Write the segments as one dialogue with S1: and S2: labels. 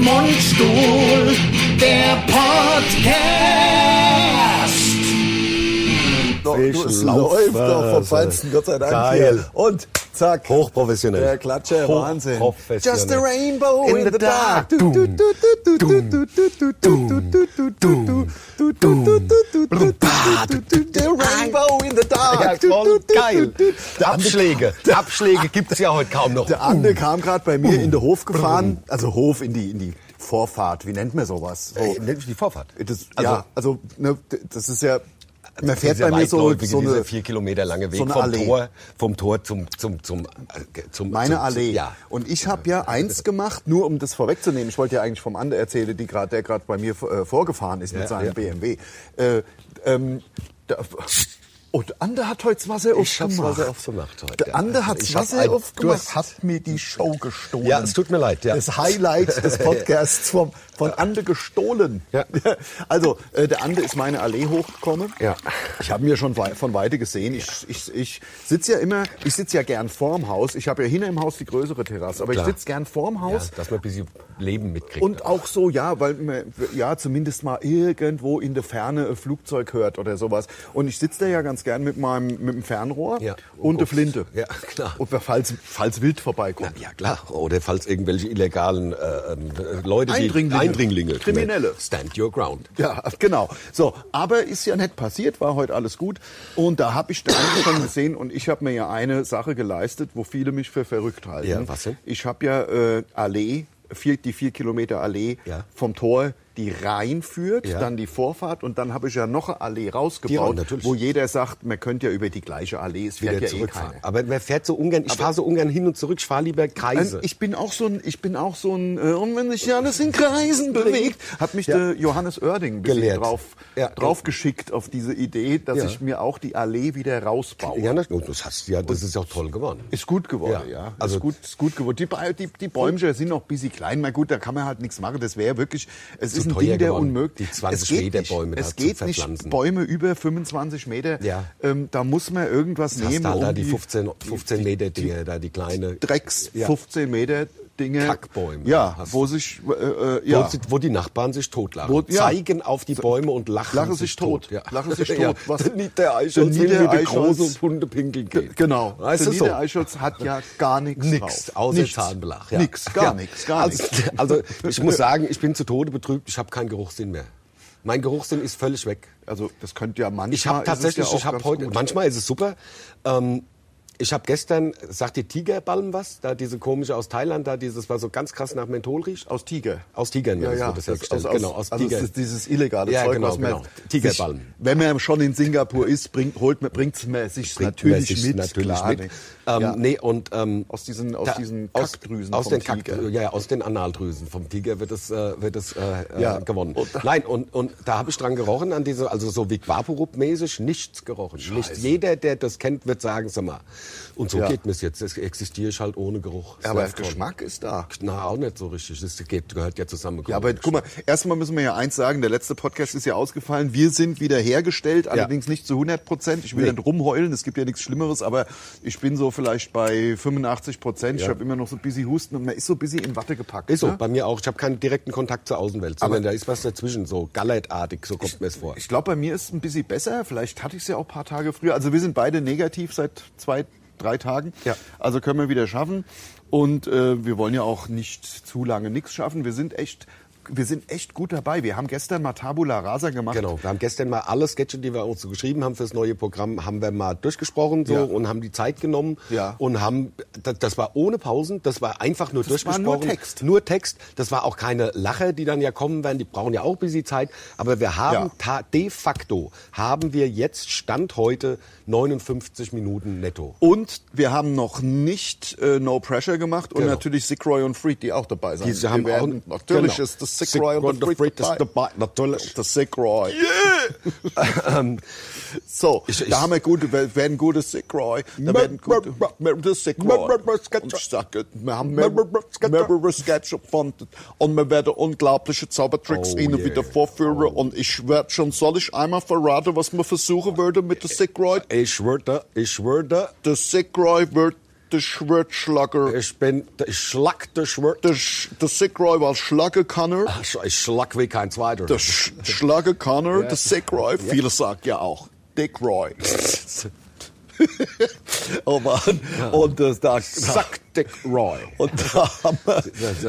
S1: Mundstuhl, der Podcast.
S2: Doch,
S3: Fisch
S2: du, es
S3: läuft,
S2: läuft doch vom
S3: also.
S2: Feinsten, Gott sei Dank.
S3: Geil.
S2: Hier. Und zack.
S3: Hochprofessionell.
S2: Der Klatscher, Wahnsinn.
S3: Hochprofessionell.
S2: Just a rainbow in, the dark.
S3: Dum,
S2: Du, du, du, du, du,
S3: dum,
S2: du, du, du, du, du, du, du, du, du,
S3: dum,
S2: du, du, du, du,
S3: blum, pa,
S2: du, du, du, du, Rainbow in the
S3: Ja,
S2: dark. Ah, Du, du,
S3: voll
S2: du,
S3: geil.
S2: du, du.
S3: Abschläge. Abschläge gibt's ja heute kaum noch.
S2: Der Ande kam gerade bei mir in den Hof gefahren, also Hof in die in die Vorfahrt. Wie nennt man sowas? So.
S3: Äh, Nämlich die Vorfahrt.
S2: Das,
S3: Also-
S2: ja, also ne, das ist ja. Man fährt
S3: Dieser
S2: bei mir so,
S3: weitläufige,
S2: so
S3: dieser
S2: eine
S3: vier Kilometer lange Weg
S2: so eine
S3: vom
S2: Allee.
S3: Tor, vom Tor zum, zum, zum, äh, zum
S2: Meine
S3: zum,
S2: Allee.
S3: Zum, ja.
S2: Und ich habe ja eins gemacht, nur um das vorwegzunehmen. Ich wollte ja eigentlich vom Ander erzählen, die grad, der gerade bei mir äh, vorgefahren ist
S3: Ja,
S2: mit seinem
S3: ja.
S2: BMW. Äh, ähm, da, oh, der Ander hat heute das Wasser aufgemacht.
S3: hab's Wasser aufgemacht heute,
S2: Der
S3: ja. Also
S2: Ander hat das
S3: Ich hab
S2: Wasser
S3: ein-
S2: aufgemacht.
S3: du hast-
S2: hat mir die Show gestohlen.
S3: Ja, es tut mir leid, ja.
S2: Das Highlight des Podcasts vom, von Ander gestohlen.
S3: Ja.
S2: Also, äh, der Ander ist meine Allee hochgekommen.
S3: Ja.
S2: Ich habe mir schon wei- von Weite gesehen. Ich, ich, ich sitze ja immer, ich sitze ja gern vorm Haus. Ich habe ja hinter im Haus die größere Terrasse, aber
S3: Klar.
S2: ich sitze gern vorm
S3: ja,
S2: Haus.
S3: dass man ein bisschen Leben mitkriegt.
S2: und auch so, ja, weil man ja zumindest mal irgendwo in der Ferne ein Flugzeug hört oder sowas. Und ich sitze da ja ganz gern mit meinem mit dem Fernrohr
S3: Ja.
S2: und der
S3: Ups.
S2: Flinte.
S3: Ja, klar.
S2: Und falls, falls wild vorbeikommt.
S3: Ja klar, oder falls irgendwelche illegalen äh, äh, Leute,
S2: Eindringlinge.
S3: die Eindringlinge,
S2: Kriminelle.
S3: stand your ground.
S2: Ja, genau. So, aber ist ja nicht passiert, war heute alles gut. Und da habe ich dann schon gesehen und ich habe mir ja eine Sache geleistet, wo viele mich für verrückt halten.
S3: Ja, was denn?
S2: Ich habe ja äh, Allee, vier, die vier Kilometer Allee
S3: Ja.
S2: vom Tor, die reinführt,
S3: Ja.
S2: dann die Vorfahrt und dann habe ich ja noch eine Allee
S3: Die-
S2: rausgebaut,
S3: natürlich.
S2: wo jeder sagt, man könnte ja über die gleiche Allee, es fährt
S3: Wieder
S2: ja eh
S3: zurückfahren.
S2: keiner.
S3: Aber wer fährt so ungern, ich fahre so ungern hin und zurück, ich fahre lieber Kreise.
S2: Ähm, Ich bin auch so ein, ich bin auch so ein, äh, und wenn sich alles in Kreisen bewegt, hat mich
S3: Ja.
S2: der Johannes Oerding ein bisschen
S3: Gelehrt.
S2: drauf,
S3: Ja.
S2: drauf geschickt auf diese Idee, dass
S3: Ja.
S2: ich mir auch die Allee wieder rausbaue.
S3: ja, na, das hast du ja, das ist ja toll geworden.
S2: Ist gut geworden, ja.
S3: Ja,
S2: Also
S3: also-
S2: ist gut, ist gut geworden. Die, Bä- die, die Bäumchen sind noch ein bisschen klein. Na gut, da kann man halt nichts machen. Das wäre wirklich, es ist ein
S3: teuer
S2: Ding der
S3: geworden,
S2: unmöglich.
S3: die 20
S2: es geht
S3: Meter
S2: nicht.
S3: Bäume da
S2: Es
S3: zu
S2: geht nicht.
S3: verpflanzen.
S2: Bäume über 25 Meter.
S3: Ja.
S2: Ähm, da muss man irgendwas
S3: Hast
S2: nehmen.
S3: du halt da
S2: um
S3: die 15,
S2: die-
S3: 15 Meter Dinger, da die kleine.
S2: Drecks
S3: Ja.
S2: 15 Meter Dinge.
S3: Kackbäume
S2: Ja,
S3: hast
S2: wo sich äh, äh,
S3: Wo,
S2: ja,
S3: sie- wo die Nachbarn sich totlachen.
S2: Wo- ja.
S3: Zeigen auf die Bäume und lachen,
S2: Lachen sich tot.
S3: Ja.
S2: Lachen sich tot.
S3: Ja.
S2: Was-
S3: Der Nied der
S2: Der
S3: Eichholz
S2: Nied
S3: will
S2: der
S3: mit der
S2: Eichholz-
S3: großen Hunde pinkeln gehen.
S2: genau.
S3: Weißt du
S2: der
S3: so?
S2: Nieder Eichholz hat ja gar nichts
S3: Nix,
S2: drauf.
S3: außer
S2: Nichts.
S3: Zahnbelach. Ja.
S2: Nix, gar
S3: Ja.
S2: nichts, gar nichts.
S3: also, Also ich muss sagen, ich bin zu Tode betrübt, ich habe keinen Geruchssinn mehr. Mein Geruchssinn ist völlig weg.
S2: Also das könnte ja manchmal.
S3: Ich habe
S2: ist es
S3: tatsächlich,
S2: ja auch
S3: ich habe
S2: ganz
S3: heute,
S2: gut.
S3: manchmal ist es super. Ähm, ich habe gestern, sagt dir Tigerbalm was? Da diese komische aus Thailand, da dieses, was so ganz krass nach Menthol riecht.
S2: aus Tiger.
S3: Aus Tigern
S2: Ja,
S3: wird
S2: ja,
S3: das
S2: aus,
S3: hergestellt.
S2: aus,
S3: genau, aus
S2: also
S3: Tiger.
S2: es ist dieses illegale
S3: Ja,
S2: Zeug,
S3: genau,
S2: was man
S3: genau. Tigerballen.
S2: Sich, wenn man schon in Singapur ist, bringt holt man bringt's man sich
S3: Bringt
S2: natürlich
S3: man sich
S2: mit,
S3: Natürlich
S2: klar,
S3: mit.
S2: ne?
S3: Ähm,
S2: ja.
S3: Nee, und, ähm,
S2: Aus diesen- aus diesen
S3: aus-
S2: Kackdrüsen
S3: Aus
S2: vom
S3: den Kack,
S2: Tiger.
S3: Ja, ja, aus den Analdrüsen vom Tiger wird es, äh, wird es äh, äh,
S2: Ja.
S3: gewonnen.
S2: Und da-
S3: Nein, und, und da habe ich dran gerochen, an diese, also so wie Vaporup-mäßig, nichts gerochen. Nicht jeder, der das kennt, wird sagen, sag mal. Und so
S2: Ja.
S3: geht mir's jetzt. Jetzt existiere ich halt ohne Geruch. Es
S2: Aber
S3: läuft toll.
S2: Geschmack ist da.
S3: Na, auch nicht so richtig. Das geht, gehört ja zusammen.
S2: Ja, aber guck mal, erstmal müssen wir ja eins sagen, der letzte Podcast ist ja ausgefallen. Wir sind wieder hergestellt, allerdings nicht zu 100 Prozent. Ich will
S3: Nee.
S2: nicht rumheulen, es gibt ja nichts Schlimmeres, aber ich bin so vielleicht bei 85 Prozent. Ich
S3: Ja.
S2: habe immer noch so busy Husten und man ist so busy in Watte gepackt.
S3: Ist so,
S2: ne?
S3: bei mir auch. Ich habe keinen direkten Kontakt zur Außenwelt, sondern da ist was dazwischen, so gallertartig, so kommt mir es vor.
S2: Ich glaube, bei mir ist es ein bisschen besser. Vielleicht hatte ich es ja auch ein paar Tage früher. Also wir sind beide negativ seit zwei, drei Tagen.
S3: Ja.
S2: Also können wir wieder schaffen. Und äh, wir wollen ja auch nicht zu lange nichts schaffen. Wir sind echt, wir sind echt gut dabei. Wir haben gestern mal Tabula Rasa gemacht.
S3: Genau, wir haben gestern mal alle Sketche, die wir uns so geschrieben haben fürs neue Programm, haben wir mal durchgesprochen so
S2: Ja.
S3: und haben die Zeit genommen
S2: Ja.
S3: und haben, das, das war ohne Pausen, das war einfach nur
S2: war
S3: durchgesprochen.
S2: nur Text.
S3: Nur Text, das war auch keine Lache, die dann ja kommen werden, die brauchen ja auch ein bisschen Zeit, aber wir haben
S2: Ja.
S3: ta- de facto, haben wir jetzt Stand heute 59 Minuten netto.
S2: Und wir haben noch nicht äh, No Pressure gemacht und
S3: Genau.
S2: natürlich Sick Roy und Freed, die auch dabei sind.
S3: Die haben
S2: werden,
S3: auch-
S2: natürlich
S3: genau.
S2: ist das Sick,
S3: Sick
S2: Roy
S3: Roy
S2: und
S3: und der
S2: der Freed
S3: Freak
S2: dabei.
S3: ist dabei, natürlich.
S2: Der Sick Roy.
S3: Ähm,
S2: So,
S3: Ich- ich-
S2: da haben wir gute, wir werden gute Sick Roy. Da
S3: Mer-
S2: werden gute,
S3: mer-
S2: mer- der Sick
S3: mer-
S2: Roy.
S3: mer- Sketcher.
S2: Und ich sage, wir haben
S3: Mer- mer-
S2: mehrere
S3: Sketcher.
S2: mehrere Sketcher gefunden und wir werden unglaubliche Zaubertricks
S3: Oh
S2: ihnen
S3: yeah. Oh.
S2: wieder vorführen und ich werde schon, soll ich einmal verraten, was wir versuchen würden mit der Sick Roy?
S3: ich würde, ich würde,
S2: Der Sick Roy wird der Schwertschlacker.
S3: Ich bin der Schlack der Schwert.
S2: Der, Sch- der Sick Roy war Schlacke Connor.
S3: Ich schlag wie kein Zweiter.
S2: Der Sch Schlacke Connor, der Sick Roy. Viele sagen ja auch Dick Roy. oh Mann. Und äh, da, da,
S3: Sack Dick Roy.
S2: und da, haben wir,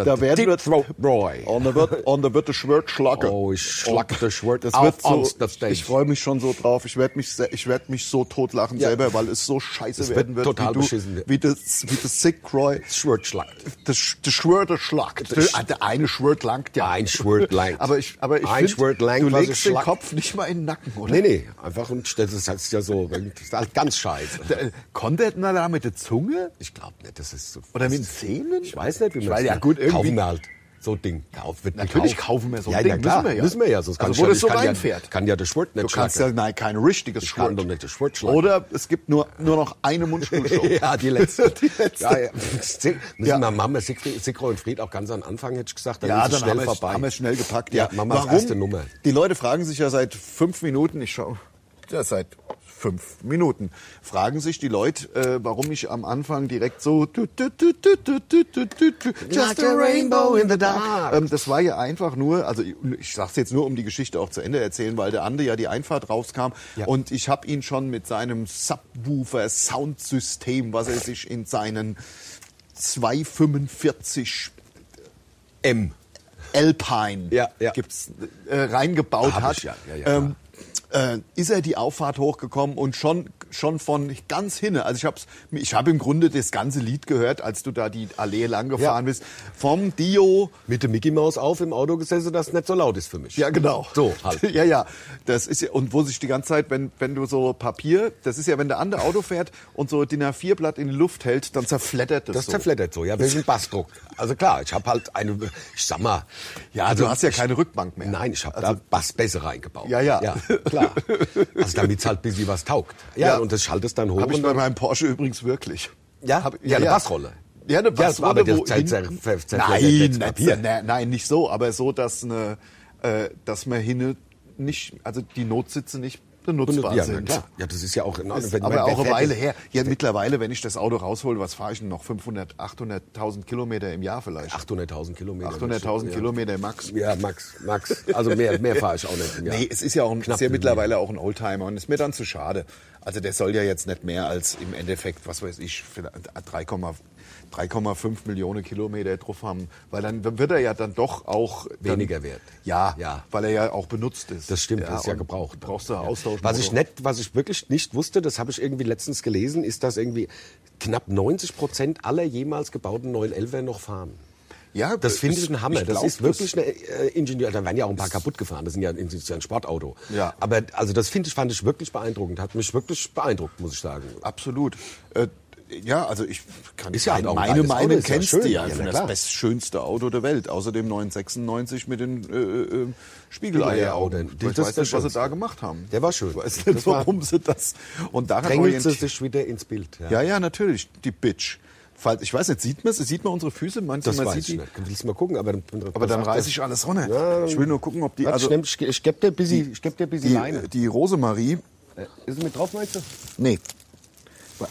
S2: da werden
S3: Deep
S2: wir... Oh,
S3: Throat Roy.
S2: Und da wird, und da wird der Schwert schlacken.
S3: Oh, ich schlack
S2: Und
S3: das Schwert
S2: Das
S3: auf
S2: wird so,
S3: uns, das Ding.
S2: ich freue mich schon so drauf. Ich werde mich, se- ich werd mich so totlachen
S3: Ja.
S2: selber, weil es so scheiße
S3: Es wird
S2: werden wird,
S3: total
S2: wie,
S3: beschissen
S2: du,
S3: werden.
S2: wie, das, wie das Sick Roy.
S3: Schwert schlackt.
S2: Das, Sch- das Schwert das schlagt.
S3: Das-
S2: Der, der eine Schwert langt ja.
S3: Ein Schwert langt.
S2: Aber ich, aber ich
S3: Ein
S2: find,
S3: Schwert langt,
S2: du
S3: was
S2: legst
S3: es
S2: den
S3: schlagt.
S2: Kopf nicht mal in den Nacken, oder?
S3: Nee, nee, einfach und stellst es halt ja so, das ist halt ganz scheiße.
S2: Da- Konnte er denn da mit der Zunge?
S3: Ich glaube nicht, das ist so.
S2: Oder mit den Zähnen?
S3: Ich weiß nicht, wie man
S2: Weil
S3: das
S2: ja
S3: macht.
S2: gut, irgendwie-
S3: Kaufen wir halt so ein Ding. Kauf, wird
S2: Natürlich
S3: gekauft.
S2: kaufen wir so ein
S3: ja,
S2: Ding,
S3: Ja, klar,
S2: müssen wir ja.
S3: Müssen wir ja sonst
S2: Also
S3: kann
S2: wo
S3: ich
S2: das so
S3: ja, ich kann
S2: reinfährt.
S3: Ja, kann ja das Schwert
S2: Du
S3: nicht
S2: kannst ja
S3: schlagen.
S2: nein, kein richtiges
S3: Ich
S2: Schwert.
S3: kann doch nicht das Schwert schlagen.
S2: Oder es gibt nur, nur noch eine Mundstuhlshow.
S3: ja, die letzte.
S2: Die letzte.
S3: Ja, ja. Müssen
S2: Ja.
S3: wir machen. Wir Siegfried, Sigro und Fried auch ganz am Anfang, hätte ich gesagt. Dann
S2: ja,
S3: ist es
S2: dann
S3: schnell
S2: haben wir es-
S3: vorbei.
S2: haben wir es schnell gepackt.
S3: Ja,
S2: Ja,
S3: machen wir als erste Nummer.
S2: Die Leute fragen sich ja seit fünf Minuten, ich schaue, ja, seit fünf Minuten, fragen sich die Leute, äh, warum ich am Anfang direkt so du, du, du, du, du, du, du, du, du, Just a rainbow in the dark. Ähm, das war ja einfach nur, also ich- ich sag's jetzt nur, um die Geschichte auch zu Ende erzählen, weil der Ande ja die Einfahrt rauskam
S3: Ja.
S2: und ich habe ihn schon mit seinem Subwoofer-Soundsystem, was er sich in seinen 245
S3: M.
S2: Alpine
S3: Ja, ja.
S2: Gibt's, äh, reingebaut
S3: Hab
S2: hat,
S3: ich, ja, ja, ja,
S2: ähm, äh, ist er die Auffahrt hochgekommen und schon, schon von ganz hinne. Also ich habe ich hab im Grunde das ganze Lied gehört, als du da die Allee lang gefahren bist. Vom Dio.
S3: Mit dem Mickey Mouse auf im Auto gesessen, dass es nicht so laut ist für mich.
S2: Ja, genau.
S3: So, halt.
S2: Ja, ja. Das ist ja, und wo sich die ganze Zeit, wenn, wenn du so Papier, das ist ja, wenn der andere Auto fährt und so DIN A4-Blatt in die Luft hält, dann zerflettert das,
S3: Das
S2: so.
S3: zerflettert so, ja, welchen Bassdruck. Also klar, ich habe halt eine, ich sag mal. also
S2: Ja, du hast ja keine Rückbank mehr.
S3: Nein, ich habe
S2: Also-
S3: da Bassbässe reingebaut.
S2: Ja, ja.
S3: Ja, klar. Also damit's halt ein bisschen was taugt. Ja,
S2: Ja.
S3: und das schaltest dann hoch.
S2: Habe ich
S3: und
S2: bei
S3: dann,
S2: meinem Porsche übrigens wirklich.
S3: Ja?
S2: Hab-
S3: Ja, eine Bassrolle.
S2: Ja, eine
S3: Ja,
S2: Bassrolle.
S3: aber das
S2: wo
S3: zer- zer-
S2: hinten-
S3: zer- zer-
S2: nein,
S3: zer-
S2: nicht,
S3: Papier.
S2: ne- nein, nicht so, aber so, dass, eine, äh, dass man hinne nicht, also die Notsitze nicht benutzbar
S3: ja, na
S2: sind.
S3: klar. Ja, das ist ja auch in Ordnung.
S2: Ist
S3: Wenn-
S2: aber
S3: wenn-
S2: auch
S3: wer
S2: eine
S3: fährt
S2: Weile
S3: denn-
S2: her. Ja, mittlerweile, wenn ich das Auto raushole, was fahre ich denn noch? 500, 800.000 Kilometer im Jahr vielleicht.
S3: 800.000 Kilometer.
S2: 800.000 Kilometer max.
S3: Ja, Max, Max. Also mehr, mehr fahre ich auch nicht im Jahr.
S2: Nee, es ist ja auch ein,
S3: Knapp
S2: ist ja
S3: eine
S2: mittlerweile auch ein Oldtimer und ist mir dann zu schade. Also der soll ja jetzt nicht mehr als im Endeffekt, was weiß ich, vielleicht 3,5 3,5 Millionen Kilometer drauf haben, weil dann dann wird er ja dann doch auch dann,
S3: Weniger wert.
S2: Ja,
S3: Ja.
S2: weil er ja auch benutzt ist.
S3: Das stimmt, das ist ja
S2: und
S3: gebraucht.
S2: Brauchst du Austausch.
S3: Was ich, nicht, was ich wirklich nicht wusste, das habe ich irgendwie letztens gelesen, ist, dass irgendwie knapp 90 Prozent aller jemals gebauten 911er noch fahren.
S2: Ja,
S3: Das finde ich ein Hammer. das
S2: glaub,
S3: ist wirklich eine äh, Ingenieur. Da werden ja auch ein paar kaputt gefahren. Das sind ja das ist ja ein Sportauto.
S2: Ja.
S3: Aber also das finde ich fand ich wirklich beeindruckend. Hat mich wirklich beeindruckt, muss ich sagen.
S2: Absolut. Äh, ja, also ich kann
S3: Ist ja
S2: meine,
S3: auch
S2: meine
S3: ein geiles Auto,
S2: Meinung
S3: ist ja
S2: kennst
S3: schön.
S2: du ja.
S3: Ja,
S2: Ich
S3: na
S2: finde
S3: klar.
S2: das best schönste Auto der Welt. Außerdem 996 mit den äh, äh,
S3: Spiegeleieraugen.
S2: Spiegeleier-Augen.
S3: Die-
S2: Ich
S3: das
S2: weiß
S3: ist
S2: nicht, was
S3: schön.
S2: sie da gemacht haben.
S3: Der war schön.
S2: Ich weiß nicht,
S3: Das war-
S2: warum sie das... Und daran
S3: Drängelt sie
S2: orientiert...
S3: sich wieder ins Bild. Ja.
S2: Ja, ja, natürlich. Die Bitch. Falls, ich weiß nicht, sieht man Sieht man unsere Füße? Meinst du,
S3: Das
S2: man
S3: weiß
S2: sieht
S3: ich
S2: die?
S3: nicht. Willst du mal gucken? Aber,
S2: Aber dann reiße ich alles runter.
S3: Ja,
S2: ich will nur gucken, ob die...
S3: Warte,
S2: Also,
S3: ich nehm- ich, ich geb dir ein bisschen, ich geb dir ein bisschen
S2: die,
S3: Leine.
S2: die Rosemarie...
S3: Äh, Ist es mit drauf, meinst du?
S2: Nee.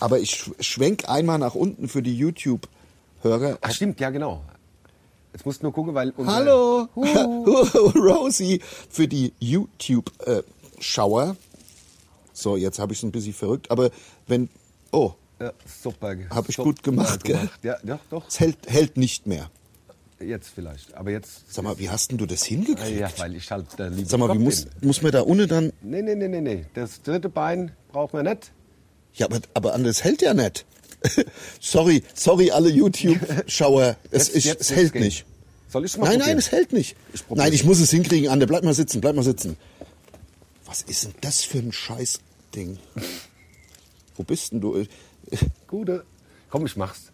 S2: Aber ich sch- schwenk einmal nach unten für die YouTube-Hörer.
S3: Ach stimmt, ja genau. Jetzt musst du nur gucken, weil unsere-
S2: Hallo, Rosie, für die YouTube-Schauer. so, jetzt habe ich es ein bisschen verrückt, aber wenn... Oh,
S3: Ja, äh, super. ge-
S2: Hab ich
S3: super
S2: gut gemacht,
S3: Ja, doch, doch.
S2: es hält, hält nicht mehr.
S3: Jetzt vielleicht. Aber jetzt.
S2: Sag mal, wie hast denn du das hingekriegt?
S3: Ja, weil ich halt der liebe
S2: Sag mal, wie
S3: Gott
S2: muss,
S3: bin.
S2: muss man da ohne dann...
S3: Nee, nee, nee, nee, nee. Das dritte Bein braucht man nicht.
S2: Ja, aber, aber anders hält ja nicht. sorry, sorry alle YouTube-Schauer, es,
S3: Jetzt-
S2: ich- es
S3: jetzt wird's
S2: hält
S3: gehen.
S2: nicht.
S3: Soll ich mal
S2: Nein,
S3: probieren?
S2: nein, es hält nicht.
S3: Ich probier's.
S2: nein, ich muss es hinkriegen, Ander. Bleib mal sitzen, bleib mal sitzen. Was ist denn das für ein Scheißding? Wo bist denn du?
S3: Gute. Komm, ich mach's.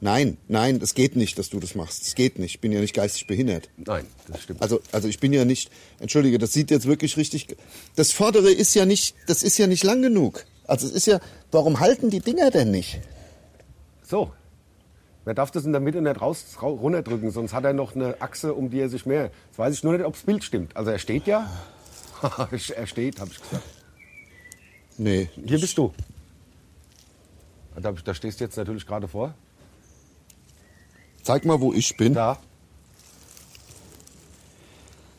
S2: Nein, nein, es geht nicht, dass du das machst. Es geht nicht. Ich bin ja nicht geistig behindert.
S3: Nein, das stimmt.
S2: Also, also ich bin ja nicht. Entschuldige, das sieht jetzt wirklich richtig. ge- Das vordere ist ja nicht. Das ist ja nicht lang genug. Also es ist ja. Warum halten die Dinger denn nicht?
S3: So. Wer darf das in der Mitte nicht raus, rau- runterdrücken, sonst hat er noch eine Achse, um die er sich mehr. Jetzt weiß ich nur nicht, ob das Bild stimmt. Also er steht ja. er steht, habe ich gesagt.
S2: Nee.
S3: Hier bist du. Da, da stehst du jetzt natürlich gerade vor.
S4: Zeig mal, wo ich bin.
S3: Da.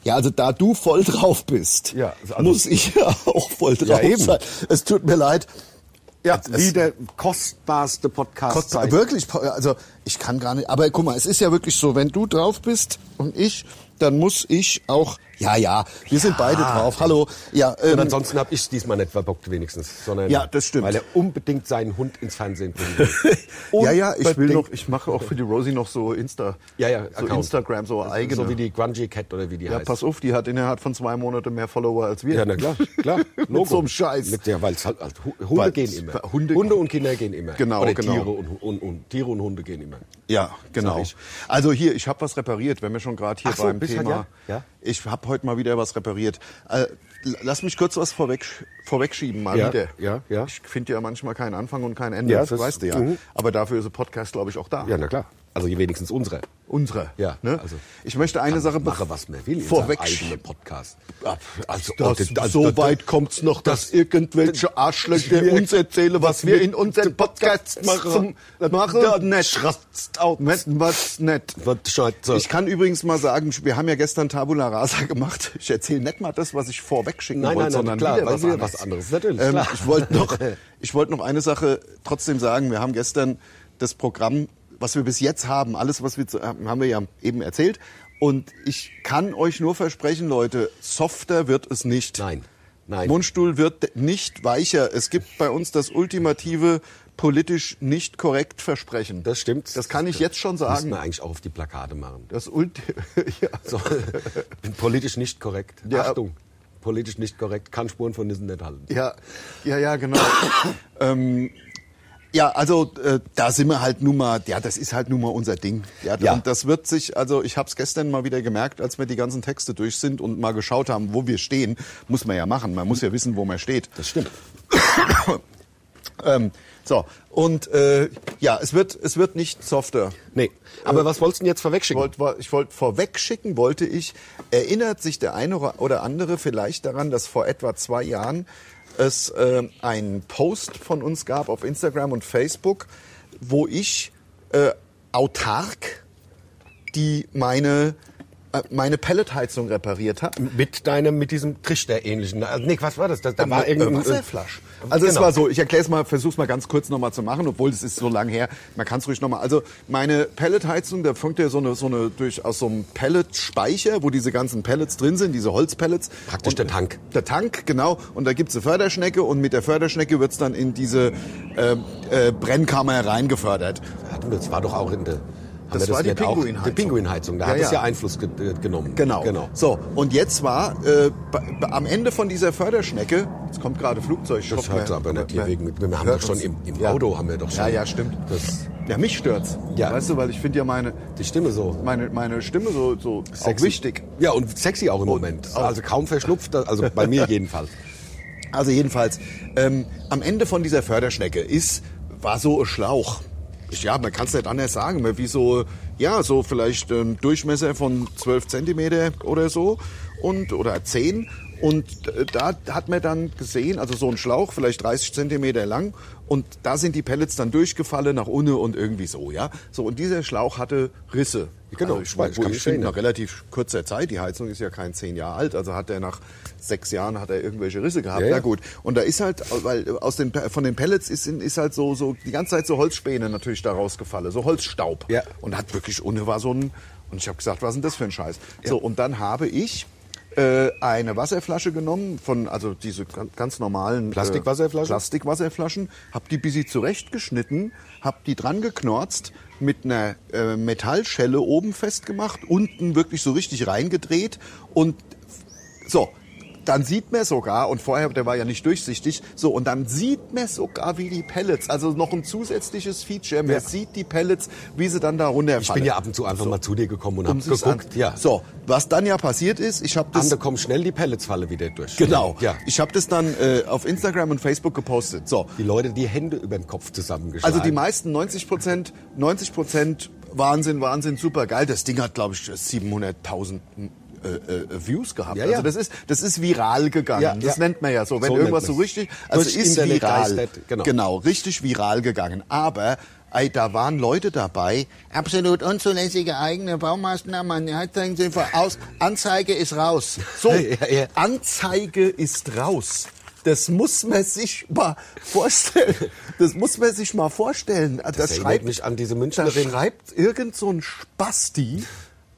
S4: Ja, also da du voll drauf bist,
S3: Ja, also-
S4: muss ich ja auch voll
S3: Ja,
S4: drauf
S3: eben.
S4: sein. Es tut mir leid.
S3: Ja,
S4: Es-
S3: wie der kostbarste Podcast.
S4: Gott,
S3: seit-
S4: wirklich, also ich kann gar nicht. Aber guck mal, es ist ja wirklich so, wenn du drauf bist und ich, dann muss ich auch. Ja, ja, wir sind beide drauf. Hallo. Ja,
S3: Und
S4: ähm,
S3: ansonsten habe ich es diesmal nicht verbockt wenigstens. Sondern
S2: Ja, das stimmt.
S3: Weil er unbedingt seinen Hund ins Fernsehen bringen will.
S2: ja, ja, ich will
S3: Unbedingt.
S2: noch, ich mache auch für die Rosie noch so Insta,
S3: Ja, ja,
S2: so
S3: Account.
S2: Instagram, so eigene.
S3: So wie die Grungy Cat oder wie die
S2: ja,
S3: heißt.
S2: pass auf, die hat innerhalb von zwei Monaten mehr Follower als wir.
S3: Ja, na klar, klar.
S2: Mit so einem Scheiß.
S3: Ja, weil es halt, halt Hu- Hunde
S2: Weil-
S3: gehen immer.
S2: Hunde-
S3: und Kinder gehen immer.
S2: Genau,
S3: Oder
S2: genau.
S3: Tiere und, und, und Tiere und Hunde gehen immer.
S2: Ja, genau.
S3: ich.
S2: Also hier, ich habe was repariert, wenn wir schon gerade hier
S3: Ach so,
S2: beim
S3: bist
S2: Thema.
S3: halt, ja? Ja.
S2: Ich habe heute mal wieder was repariert. Äh, l- lass mich kurz was vorweg, vorwegschieben mal
S3: Ja,
S2: wieder.
S3: ja, ja.
S2: Ich finde ja manchmal keinen Anfang und kein Ende,
S3: Ja,
S2: das,
S3: das-
S2: weißt du ja.
S3: mhm.
S2: Aber dafür ist der Podcast, glaube ich, auch da.
S3: Ja, na klar. Also wenigstens unsere.
S2: Unsere.
S3: Ja,
S2: Ne?
S3: also-
S2: ich möchte eine Sache
S3: Mache, was man will in
S2: vorweg.
S3: seinem eigenen Podcast.
S2: Also,
S3: also,
S2: das,
S3: also,
S2: so
S3: das-
S2: weit kommt's noch, dass irgendwelche Arschlöcher
S3: wir-
S2: uns erzählen, was wir in unseren Podcasts machen. machen.
S3: Ja, ne,
S2: nicht. Rast out. Nicht, was nicht.
S3: Was Scheiße.
S2: Ich kann übrigens mal sagen, wir haben ja gestern Tabula Rasa gemacht. Ich erzähle nicht mal das, was ich vorweg schicken
S3: Nein,
S2: wollte,
S3: nein,
S2: sondern
S3: nein, klar,
S2: wieder
S3: weil
S2: was
S3: wieder
S2: anderes.
S3: was anderes, natürlich,
S2: Ähm,
S3: klar.
S2: ich wollte noch, ich wollte noch eine Sache trotzdem sagen. Wir haben gestern das Programm, was wir bis jetzt haben, alles, was wir zu, haben haben wir ja eben erzählt. Und ich kann euch nur versprechen, Leute, softer wird es nicht.
S3: Nein, nein.
S2: Mundstuhl wird nicht weicher. Es gibt bei uns das ultimative politisch nicht korrekt Versprechen.
S3: Das stimmt.
S2: Das kann ich jetzt schon
S3: Müssen
S2: sagen.
S3: wir eigentlich auch auf die Plakate machen.
S2: Das Ulti ja.
S3: So, bin politisch nicht korrekt.
S2: Ja.
S3: Achtung, politisch nicht korrekt, kann Spuren von Nissen nicht halten.
S2: ja, ja, ja, genau. ähm, ja, also äh, da sind wir halt nun mal, ja, das ist halt nun mal unser Ding. Ja,
S3: Ja.
S2: Und das wird sich, also ich habe es gestern mal wieder gemerkt, als wir die ganzen Texte durch sind und mal geschaut haben, wo wir stehen, muss man ja machen. Man muss ja wissen, wo man steht.
S3: Das stimmt.
S2: Ähm, so, und äh, ja, es wird, es wird nicht softer.
S3: Nee,
S2: Äh,
S3: aber was wolltest du denn jetzt
S2: Ich
S3: vorwegschicken?
S2: wollte wollt, ich wollt vorweg schicken, wollte ich, erinnert sich der eine oder andere vielleicht daran, dass vor etwa zwei Jahren es ähm, einen Post von uns gab auf Instagram und Facebook, wo ich äh, autark die meine, äh, meine Pelletheizung repariert habe.
S3: mit deinem, mit diesem Trichter-ähnlichen. Also, Nick, was war das? Da, da war
S2: Äh,
S3: irgendein
S2: Wasserflasch. Also es
S3: Genau.
S2: war so, ich erkläre es mal, versuch's mal ganz kurz nochmal zu machen, obwohl es ist so lang her. Man kann es ruhig nochmal. Also meine Pelletheizung, da funkt ja so eine, so eine durch aus so einem Pelletspeicher, wo diese ganzen Pellets drin sind, diese Holzpellets.
S3: Praktisch der Tank.
S2: Der Tank, genau. Und da gibt's eine Förderschnecke und mit der Förderschnecke wird's dann in diese ähm, äh, Brennkammer reingefördert.
S3: Hatten wir- Das war doch auch in der. haben
S2: Das
S3: wir
S2: war die
S3: nicht auch-
S2: Pinguinheizung.
S3: Die Pinguinheizung. Da
S2: Ja,
S3: hat es
S2: ja.
S3: ja Einfluss ge äh, genommen.
S2: Genau.
S3: genau.
S2: So, und jetzt war äh, b- b- am Ende von dieser Förderschnecke, jetzt kommt gerade Flugzeug. ich
S3: Das
S2: hoffe,
S3: hört
S2: man-
S3: aber nicht hier
S2: man-
S3: wegen mit. Wir haben
S2: hört
S3: doch schon
S2: uns.
S3: im, im
S2: Ja.
S3: Auto haben wir doch schon.
S2: Ja, ja, stimmt.
S3: Das,
S2: Ja, mich stört's.
S3: Ja.
S2: Weißt du, weil ich finde ja meine,
S3: die Stimme so.
S2: meine, meine Stimme so, so auch
S3: Sexy.
S2: wichtig.
S3: Ja, und sexy auch im Moment. Also kaum verschnupft, also bei mir jedenfalls.
S2: Also jedenfalls, ähm, am Ende von dieser Förderschnecke ist, war so ein Schlauch. Ich, ja, man kann es nicht anders sagen, mehr wie so, ja, so vielleicht ähm, Durchmesser von 12 Zentimeter oder so und oder 10. Und äh, da hat man dann gesehen, also so ein Schlauch, vielleicht 30 Zentimeter lang. Und da sind die Pellets dann durchgefallen nach unten und irgendwie so, ja. So, und dieser Schlauch hatte Risse.
S3: Genau,
S2: also ich, mein,
S3: ich kann
S2: ich,
S3: mich
S2: finde,
S3: erinnern.
S2: nach relativ kurzer Zeit, die Heizung ist ja kein zehn Jahre alt, also hat er nach sechs Jahren hat er irgendwelche Risse gehabt.
S3: Ja, ja.
S2: Na gut. Und da ist halt, weil aus den, von den Pellets ist, ist halt so, so die ganze Zeit so Holzspäne natürlich da rausgefallen, so Holzstaub.
S3: Ja.
S2: Und hat wirklich ohne war so ein, und ich habe gesagt, was ist denn das für ein Scheiß? So, und dann habe ich äh, eine Wasserflasche genommen von also diese gan- ganz normalen
S3: Plastikwasserflaschen?
S2: äh, Plastikwasserflaschen hab die busy zurechtgeschnitten hab die dran geknorzt mit einer äh, Metallschelle oben festgemacht unten wirklich so richtig reingedreht und so, dann sieht man sogar, und vorher, der war ja nicht durchsichtig, so, und dann sieht man sogar, wie die Pellets, also noch ein zusätzliches Feature, man
S3: Ja.
S2: sieht die Pellets, wie sie dann da runterfallen.
S3: Ich bin ja ab und zu einfach mal zu dir gekommen und
S2: Um
S3: hab
S2: sich's
S3: geguckt.
S2: an-
S3: Ja.
S2: So, was dann ja passiert ist, ich habe das...
S3: Ande kommen schnell die Pelletsfalle wieder durch.
S2: Genau,
S3: Ja.
S2: ich habe das dann äh, auf Instagram und Facebook gepostet. So,
S3: Die Leute die Hände über den Kopf zusammengeschlagen.
S2: also die meisten 90 Prozent, 90 Prozent Wahnsinn, Wahnsinn, super geil. Das Ding hat, glaube ich, 700.000 äh, äh, Views gehabt.
S3: Ja, ja.
S2: Also das ist, das ist viral gegangen.
S3: Ja,
S2: das
S3: ja.
S2: nennt man ja so. Wenn
S3: So
S2: irgendwas
S3: nennt
S2: so
S3: man's.
S2: richtig, also
S3: Durch
S2: ist
S3: Internet
S2: viral.
S3: heißt das, genau.
S2: richtig viral gegangen. Aber ey, da waren Leute dabei.
S5: Absolut unzulässige eigene Baumaßnahmen an der Heizung sind voraus. Anzeige ist raus.
S2: So,
S3: Ja, ja.
S2: Anzeige ist raus. Das muss man sich mal vorstellen. Das muss man sich mal vorstellen. Das,
S3: erinnert mich an diese Münchnerin.
S2: Da schreibt irgend so ein Spasti.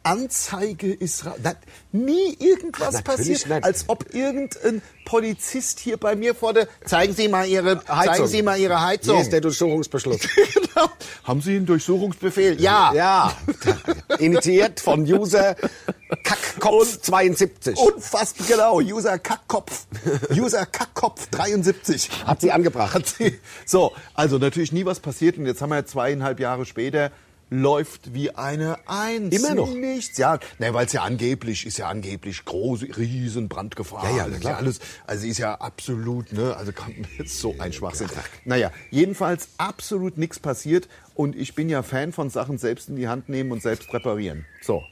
S2: Anzeige ist raus. Na, nie irgendwas
S3: Natürlich
S2: passiert,
S3: nicht.
S2: als ob irgendein Polizist hier bei mir vor der
S5: Zeigen Sie mal Ihre,
S2: Äh, Heizung.
S5: zeigen Sie mal Ihre Heizung.
S3: Hier ist der Durchsuchungsbeschluss.
S2: genau. Haben Sie einen Durchsuchungsbefehl?
S5: ja.
S3: ja. Initiiert von User Kackkopf72.
S2: Unfassbar genau. User Kackkopf. User Kackkopf 73.
S3: Hat sie angebracht.
S2: Hat sie. So, also natürlich nie was passiert und jetzt haben wir zweieinhalb Jahre später läuft wie eine Eins.
S3: Immer noch.
S2: Nichts. Ja, ne, weil es ja angeblich ist ja angeblich große, riesen Brandgefahr.
S3: Ja, ja,
S2: Das ist
S3: klar.
S2: alles, also ist ja absolut, ne, also kann jetzt so ein Schwachsinn. Naja, jedenfalls absolut nichts passiert und ich bin ja Fan von Sachen selbst in die Hand nehmen und selbst reparieren. So.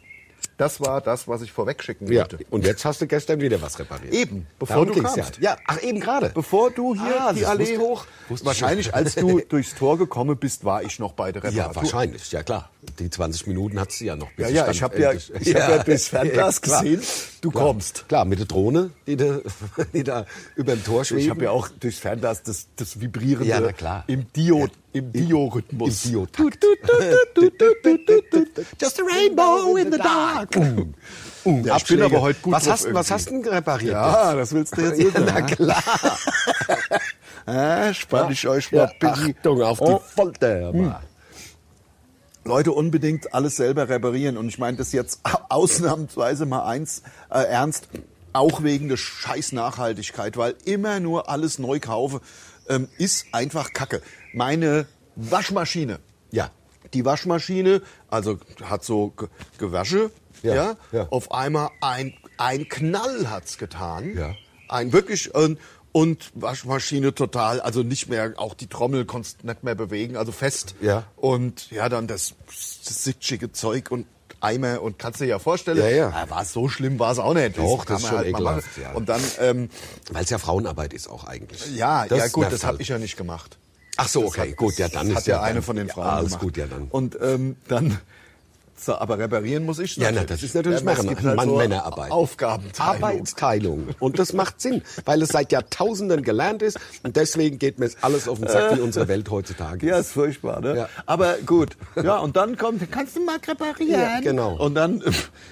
S2: Das war das, was ich vorwegschicken
S3: Ja.
S2: wollte.
S3: Und jetzt hast du gestern wieder was repariert.
S2: Eben, bevor
S3: Darum
S2: du
S3: ging's
S2: kamst.
S3: Ja. ja, ach eben gerade.
S2: Bevor du hier
S3: Ah,
S2: die
S3: das
S2: Allee
S3: wusste-
S2: hoch.
S3: wusste ich
S2: wahrscheinlich,
S3: schon.
S2: als du durchs Tor gekommen bist, war ich noch bei der Reparatur.
S3: Ja, wahrscheinlich, ja klar. Die 20 Minuten hat sie ja noch.
S2: Ja,
S3: bis
S2: ja,
S3: dann
S2: ich hab ja-
S3: endlich-
S2: ich hab ja bis Fernglas
S3: klar.
S2: gesehen, du
S3: klar.
S2: kommst.
S3: Klar, mit der Drohne, die da, die da über dem Tor schwebt.
S2: Ich habe ja auch durchs Fernglas das, das Vibrierende
S3: Ja, na klar.
S2: im Dio, im
S3: Im
S2: Dio-Rhythmus.
S3: Dio-Takt.
S2: Just a rainbow in the dark. Ja, ich bin aber heute gut
S3: was
S2: drauf
S3: hast, was
S2: irgendwie.
S3: hast du denn repariert?
S2: Ja, das willst du jetzt
S3: Ja,
S2: wissen.
S3: na
S2: ne?
S3: klar.
S2: Ah, spann ich euch mal
S3: Ja,
S2: ein bisschen.
S3: Achtung auf die Hm.
S2: Oh.
S3: Folter. aber.
S2: Leute unbedingt alles selber reparieren. Und ich meine das jetzt ausnahmsweise mal eins äh, ernst, auch wegen der scheiß Nachhaltigkeit, weil immer nur alles neu kaufe, ähm, ist einfach Kacke. Meine Waschmaschine.
S3: Ja.
S2: Die Waschmaschine, also hat so Ge- Gewäsche, ja,
S3: Ja, ja.
S2: auf einmal ein, ein Knall hat's getan.
S3: Ja.
S2: Ein wirklich ähm, und Waschmaschine total, also nicht mehr, auch die Trommel konntest nicht mehr bewegen, also fest.
S3: Ja.
S2: Und ja, dann das, das sitschige Zeug und Eimer und kannst dir ja vorstellen, Ah,
S3: Ja, ja.
S2: war so schlimm, war es auch nicht.
S3: Doch,
S2: kann
S3: das ist
S2: man halt
S3: schon
S2: mal machen.
S3: ekelhaft, ja.
S2: Und dann, ähm,
S3: Weil es ja Frauenarbeit ist auch eigentlich.
S2: ja,
S3: Das
S2: ja gut,
S3: nervt
S2: das habe
S3: halt.
S2: ich ja nicht gemacht.
S3: Ach so,
S2: Das
S3: okay,
S2: hat-
S3: gut, ja dann
S2: das
S3: ist
S2: hat ja,
S3: dann-
S2: eine von den Frauen
S3: Ja, alles
S2: gemacht.
S3: gut, ja dann.
S2: Und ähm, dann, so, aber reparieren muss ich
S3: Ja, na, das ist natürlich
S2: Ja, es
S3: Männer-
S2: gibt halt so
S3: Mann-Männerarbeit.
S2: Aufgabenteilung.
S3: Arbeitsteilung. Und das macht Sinn, weil es seit Jahrtausenden gelernt ist. Und deswegen geht mir jetzt alles auf den Sack, wie unsere Welt heutzutage
S2: Äh. Ja,
S3: ist.
S2: ist furchtbar, ne?
S3: Ja.
S2: Aber gut. Ja, und dann kommt, kannst du mal reparieren.
S3: Ja, genau.
S2: Und dann, äh,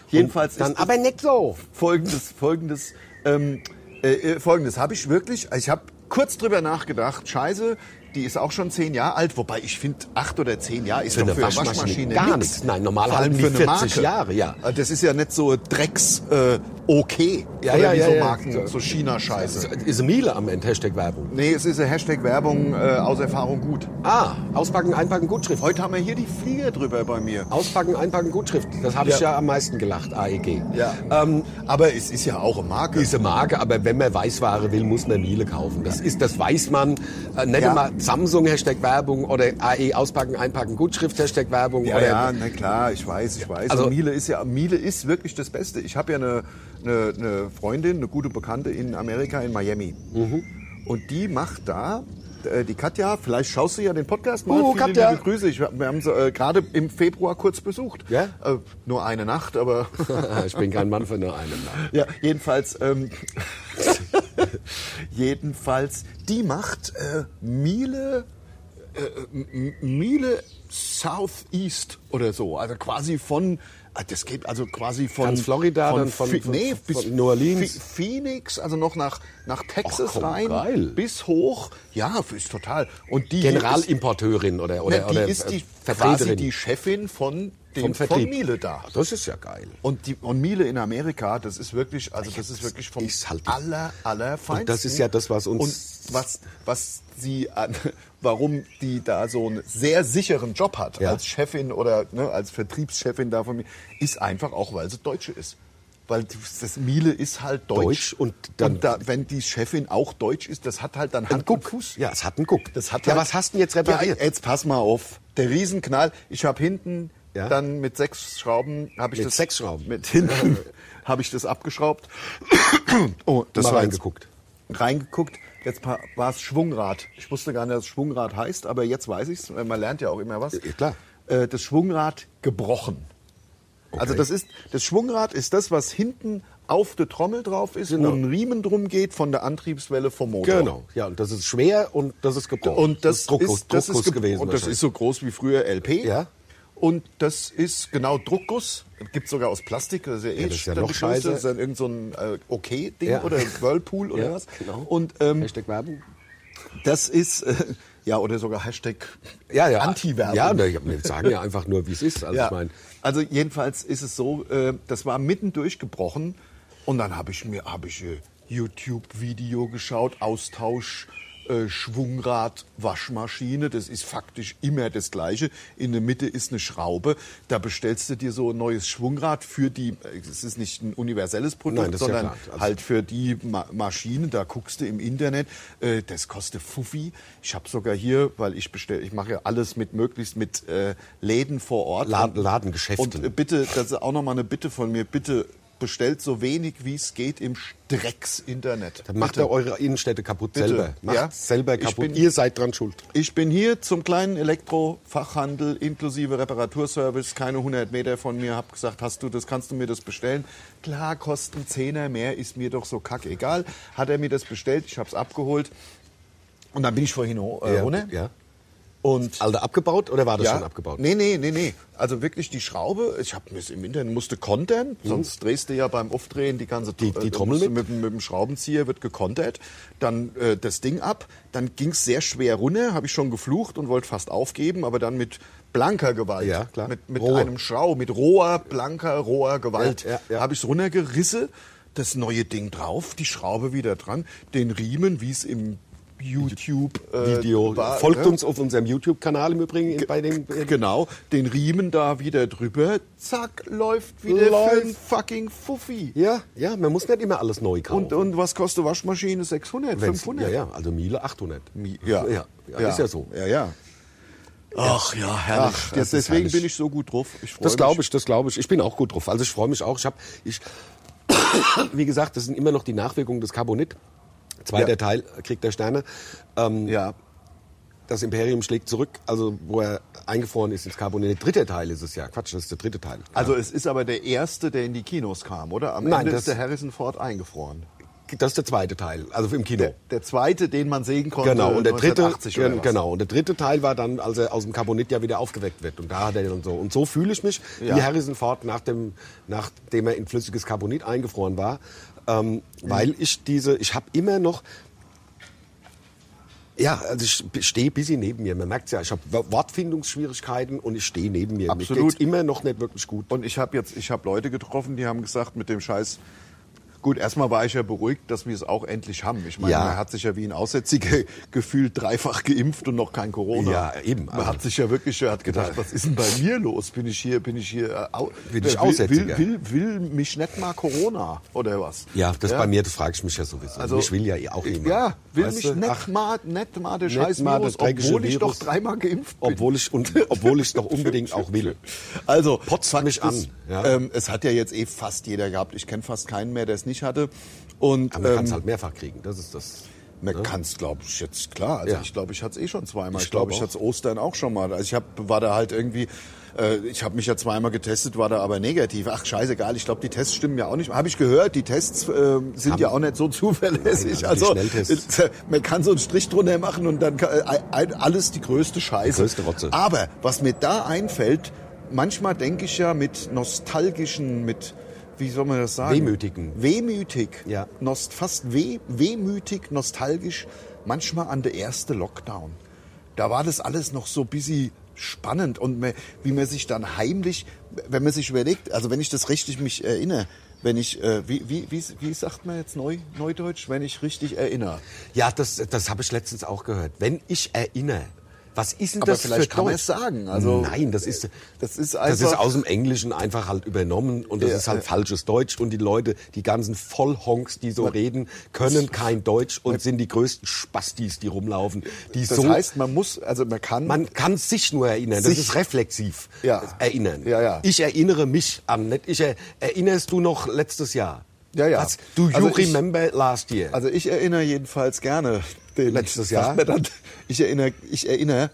S2: jedenfalls
S3: Dann,
S2: ist
S3: aber nicht so.
S2: folgendes, folgendes, ähm, äh, äh, folgendes habe ich wirklich, also ich habe kurz drüber nachgedacht, scheiße, die ist auch schon zehn Jahre alt, wobei ich finde, acht oder zehn Jahre ist
S3: Für
S2: doch
S3: eine
S2: für eine
S3: Waschmaschine
S2: Waschmaschine
S3: gar
S2: nix.
S3: nichts. Nein, normal
S2: Vor allem
S3: haben die
S2: für eine
S3: 40
S2: Marke.
S3: Jahre, ja.
S2: Also Das ist ja nicht so Drecks äh, okay,
S3: Ja,
S2: oder
S3: ja,
S2: wie
S3: ja,
S2: so
S3: ja.
S2: Marken, so China-Scheiße.
S3: Ist eine Miele am Ende, Hashtag Werbung.
S2: Nee, es ist eine Hashtag-Werbung äh, aus Erfahrung gut.
S3: Ah, auspacken, einpacken, Gutschrift.
S2: Heute haben wir hier die Flieger drüber bei mir.
S3: Auspacken, einpacken, Gutschrift. Das habe ich ja am meisten gelacht, AEG.
S2: Ja.
S3: Ähm,
S2: Aber es ist ja auch eine Marke.
S3: diese Marke, aber wenn man Weißware will, muss man Miele kaufen. Das ist, das weiß man. Äh, nicht
S2: Ja.
S3: mal Samsung, Hashtag Werbung oder AE auspacken, einpacken, Gutschrift, Hashtag Werbung.
S2: Ja,
S3: oder
S2: ja, na klar, ich weiß, ich weiß.
S3: Also-
S2: Also Miele ist ja, Miele ist wirklich das Beste. Ich habe ja eine, eine, eine Freundin, eine gute Bekannte in Amerika, in Miami.
S3: Mhm.
S2: Und die macht da, äh, die Katja, vielleicht schaust du ja den Podcast mal.
S3: Oh,
S2: Viele
S3: Katja.
S2: liebe Grüße. Ich, wir haben sie äh, gerade im Februar kurz besucht.
S3: Ja?
S2: Äh, nur eine Nacht, aber
S3: ich bin kein Mann für nur einen Namen.
S2: ja, jedenfalls, ähm, jedenfalls, die macht äh, Miele, äh, M- M- Miele Southeast oder so, also quasi von, ah, das geht also quasi von
S3: Ganz Florida,
S2: von,
S3: dann von-
S2: Phi-
S3: von-
S2: nee,
S3: von
S2: bis
S3: New Orleans.
S2: Phi- Phoenix, also noch nach nach Texas
S3: Ach, komm,
S2: rein,
S3: geil.
S2: bis hoch, ja, ist total. Und die ist,
S3: Generalimporteurin oder, oder,
S2: ne, die
S3: oder
S2: ist
S3: äh,
S2: die quasi
S3: Vertreterin
S2: die Chefin von
S3: vom
S2: dem von
S3: Vertrieb.
S2: Miele da.
S3: Das ist ja geil.
S2: Und, die, und Miele in Amerika, das ist wirklich, also das ist wirklich vom
S3: ist halt-
S2: aller, allerfeinsten.
S3: Und das ist ja das, was uns-
S2: Und was, was sie, an, warum die da so einen sehr sicheren Job hat,
S3: Ja.
S2: als Chefin oder ne, als Vertriebschefin da von mir, ist einfach auch, weil sie Deutsche ist. Weil das Miele ist halt deutsch.
S3: Deutsch und dann-
S2: da, wenn die Chefin auch deutsch ist, das hat halt dann Hand und Fuß.
S3: Ja, es hat einen Guck.
S2: Das hat
S3: ja,
S2: halt-
S3: was hast du denn jetzt repariert?
S2: Ja, jetzt pass mal auf. Der Riesenknall. Ich habe hinten
S3: Ja.
S2: Dann mit sechs Schrauben habe ich
S3: Mit
S2: das.
S3: sechs Schrauben?
S2: Mit hinten habe ich das abgeschraubt. oh, das
S3: Mal
S2: war
S3: reingeguckt.
S2: Jetzt, reingeguckt. Jetzt pa- war es Schwungrad. Ich wusste gar nicht, dass es Schwungrad heißt, aber jetzt weiß ich es. Man lernt ja auch immer was.
S3: Ja, klar.
S2: Äh, Das Schwungrad gebrochen. Also das ist das Schwungrad ist das, was hinten auf der Trommel drauf ist,
S3: Genau.
S2: wo ein Riemen drum geht von der Antriebswelle vom Motor.
S3: Genau. Ja, und das ist schwer und das ist gebrochen.
S2: Und das,
S3: Druckguss-
S2: ist, das
S3: Druckguss
S2: ist ge-
S3: gewesen.
S2: Und das ist so groß wie früher LP.
S3: Ja.
S2: Und das ist genau Druckguss. Gibt sogar aus Plastik. Das ist ja eh
S3: Ja, das ist ja
S2: dann
S3: noch
S2: die Größe.
S3: scheiße.
S2: Das ist dann irgend so ein äh, Okay-Ding
S3: Ja.
S2: oder Whirlpool oder
S3: Ja,
S2: was.
S3: genau.
S2: Und ähm,
S3: Hashtag Werbung.
S2: das ist, äh, ja, oder sogar Hashtag
S3: Ja, ja.
S2: Anti-Werbung.
S3: Ja, na, wir sagen ja einfach nur, wie es ist. Also
S2: Ja.
S3: ich meine,
S2: also jedenfalls ist es so, äh, das war mitten durchgebrochen und dann habe ich mir hab ich, äh, YouTube-Video geschaut, Austausch, äh, Schwungrad, Waschmaschine, das ist faktisch immer das Gleiche. In der Mitte ist eine Schraube, da bestellst du dir so ein neues Schwungrad für die, äh, es ist nicht ein universelles Produkt,
S3: Nein, das ist ja
S2: sondern
S3: klar. Also-
S2: halt für die Ma Maschine, da guckst du im Internet, äh, das kostet Fuffi. Ich habe sogar hier, weil ich bestelle, ich mache ja alles mit möglichst mit äh, Läden vor Ort.
S3: Laden- Ladengeschäften.
S2: Und äh, bitte, das ist auch nochmal eine Bitte von mir, bitte bestellt so wenig wie es geht im Drecks-Internet.
S3: dann macht ihr eure Innenstädte kaputt
S2: Bitte.
S3: selber. Macht
S2: Ja.
S3: selber
S2: Ich
S3: kaputt.
S2: bin-
S3: Ihr seid dran schuld.
S2: Ich bin hier zum kleinen Elektrofachhandel inklusive Reparaturservice, keine 100 Meter von mir, hab gesagt, hast du das, kannst du mir das bestellen? Klar, kosten Zehner mehr, ist mir doch so kackegal. Hat er mir das bestellt, ich hab's abgeholt und dann bin ich vorhin ho- äh, runter.
S3: ja. Also
S2: Und
S3: Alter abgebaut oder war das
S2: ja.
S3: schon abgebaut?
S2: Nee, nee, nee, nee. Also wirklich die Schraube, ich habe mir im Internet musste kontern, sonst drehst du ja beim Aufdrehen die ganze
S3: Mhm. Die- die
S2: äh,
S3: Trommel
S2: musst du
S3: mit?
S2: mit. dem- mit dem Schraubenzieher wird gekontert, dann äh, das Ding ab, dann ging es sehr schwer runter, habe ich schon geflucht und wollte fast aufgeben, aber dann mit blanker Gewalt,
S3: Ja, klar.
S2: mit, mit
S3: Rohe.
S2: einem Schrau, mit roher, blanker, roher Gewalt,
S3: Ja, ja, ja.
S2: habe ich es runtergerissen, das neue Ding drauf, die Schraube wieder dran, den Riemen, wie es im äh, YouTube-Video
S3: Video. Folgt uns auf unserem YouTube-Kanal im Übrigen in- bei dem. äh,
S2: G- Genau, den Riemen da wieder drüber, zack, läuft wieder für
S3: Läuft.
S2: ein fucking Fuffi.
S3: Ja, ja, man muss nicht immer alles neu kaufen.
S2: Und, äh, und was kostet Waschmaschine? 600,
S3: Wenn's-
S2: 500?
S3: Ja, ja, also Miele 800.
S2: Ja.
S3: Ja, ja, ist ja so.
S2: Ja, ja. Ach ja, herrlich.
S3: Ach, das
S2: das
S3: ist
S2: deswegen
S3: herrlich.
S2: bin ich so gut drauf. Ich freu
S3: Das
S2: mich.
S3: glaube ich, das glaube ich. Ich bin auch gut drauf. Also ich freue mich auch. Ich habe, ich, wie gesagt, das sind immer noch die Nachwirkungen des Carbonit. Zweiter
S2: Ja.
S3: Teil, Krieg der Sterne. Ähm,
S2: Ja.
S3: Das Imperium schlägt zurück, also wo er eingefroren ist ins Carbonit. Dritter Teil ist es ja. Quatsch, das ist der dritte Teil.
S2: Also es ist aber der erste, der in die Kinos kam, oder? Am
S3: Nein,
S2: Ende
S3: das-
S2: ist der Harrison Ford eingefroren.
S3: Das ist der zweite Teil, also im Kino.
S2: Der, der zweite, den man sehen konnte.
S3: Genau, und der dritte,
S2: 1980 äh, oder was?
S3: genau, und der dritte Teil war dann, als er aus dem Carbonit ja wieder aufgeweckt wird. Und da hat er dann so. Und so fühle ich mich,
S2: Ja.
S3: wie Harrison Ford, nach dem, nachdem er in flüssiges Carbonit eingefroren war. Ähm, Weil ich diese, ich habe immer noch. Ja, also ich stehe ein bisschen neben mir. Man merkt's ja, ich habe Wortfindungsschwierigkeiten und ich stehe neben mir.
S2: Absolut.
S3: Mir geht's immer noch nicht wirklich gut.
S2: Und ich habe jetzt, ich habe Leute getroffen, die haben gesagt, mit dem Scheiß. Gut, erstmal war ich ja beruhigt, dass wir es auch endlich haben. Ich meine,
S3: Ja.
S2: man hat sich ja wie ein Aussätziger gefühlt dreifach geimpft und noch kein Corona.
S3: Ja, eben.
S2: Man hat sich ja wirklich, er hat gedacht, was ist denn bei mir los? Bin ich hier, bin ich hier, äh, au-
S3: Bin ich
S2: will,
S3: Aussätziger?
S2: Will, will, will mich nicht mal Corona oder was?
S3: Ja, das bei mir, das frage ich mich ja sowieso. Also, mich will ja eh auch jemand.
S2: Ja, will
S3: Weißt
S2: mich
S3: du?
S2: nicht
S3: Ach,
S2: mal, nicht mal der
S3: nicht
S2: Scheiß
S3: mal
S2: Virus,
S3: das dreckige
S2: obwohl ich doch
S3: Virus.
S2: dreimal geimpft bin.
S3: Obwohl ich und obwohl ich noch unbedingt auch will.
S2: Also,
S3: Potzt
S2: Fakt
S3: mich an,
S2: ist,
S3: ja.
S2: Ähm, es hat ja jetzt eh fast jeder gehabt. Ich kenne fast keinen mehr, der es nicht hatte. Und
S3: Aber man
S2: ähm,
S3: kann es halt mehrfach kriegen. Das ist das.
S2: man kann es, glaube Ne, ich, jetzt klar. Also
S3: Ne? Ja.
S2: ich glaube, ich hatte es eh schon zweimal.
S3: Ich
S2: Ich glaube,
S3: glaub
S2: ich
S3: auch.
S2: hatte es Ostern auch schon mal. Also ich hab, war da halt irgendwie, äh, ich habe mich ja zweimal getestet, war da aber negativ. Ach, scheißegal, ich glaube, die Tests stimmen ja auch nicht. Habe ich gehört, die Tests äh, sind ja auch nicht so zuverlässig.
S3: Nein, also
S2: also
S3: die Schnelltests.
S2: äh, man kann so einen Strich drunter machen und dann kann, äh, ein- alles die größte Scheiße.
S3: größte Rotze.
S2: Aber was mir da einfällt, manchmal denke ich ja mit nostalgischen, mit wie soll man das sagen?
S3: Wehmütigen.
S2: Wehmütig.
S3: Ja.
S2: Nost, fast weh, wehmütig, nostalgisch, manchmal an der erste Lockdown. Da war das alles noch so busy spannend und me- wie man sich dann heimlich, wenn man sich überlegt, also wenn ich das richtig mich erinnere, wenn ich, äh, wie, wie, wie, wie sagt man jetzt neu, Neudeutsch, wenn ich richtig erinnere?
S3: Ja, das, das habe ich letztens auch gehört. Wenn ich erinnere, Was ist denn
S2: Aber
S3: das für
S2: vielleicht kann man es
S3: Deutsch?
S2: sagen, also-
S3: Nein, das ist,
S2: Das ist
S3: das ist
S2: einfach-
S3: aus dem Englischen einfach halt übernommen und das
S2: Ja,
S3: ist halt
S2: ja.
S3: falsches Deutsch und die Leute, die ganzen Vollhonks, die so reden, können kein Deutsch und sind die größten Spastis, die rumlaufen. Die
S2: Das
S3: so,
S2: heißt, man muss, also man kann.
S3: man kann sich nur erinnern, das
S2: Sich.
S3: ist reflexiv
S2: Ja.
S3: erinnern.
S2: Ja, ja.
S3: Ich erinnere mich an, nicht ich er, erinnerst du noch letztes Jahr?
S2: Ja, ja.
S3: Was, do you
S2: Also ich-
S3: remember last year?
S2: also ich erinnere jedenfalls gerne den
S3: Letztes Jahr?
S2: sagt man Dann, ich erinnere, ich erinnere.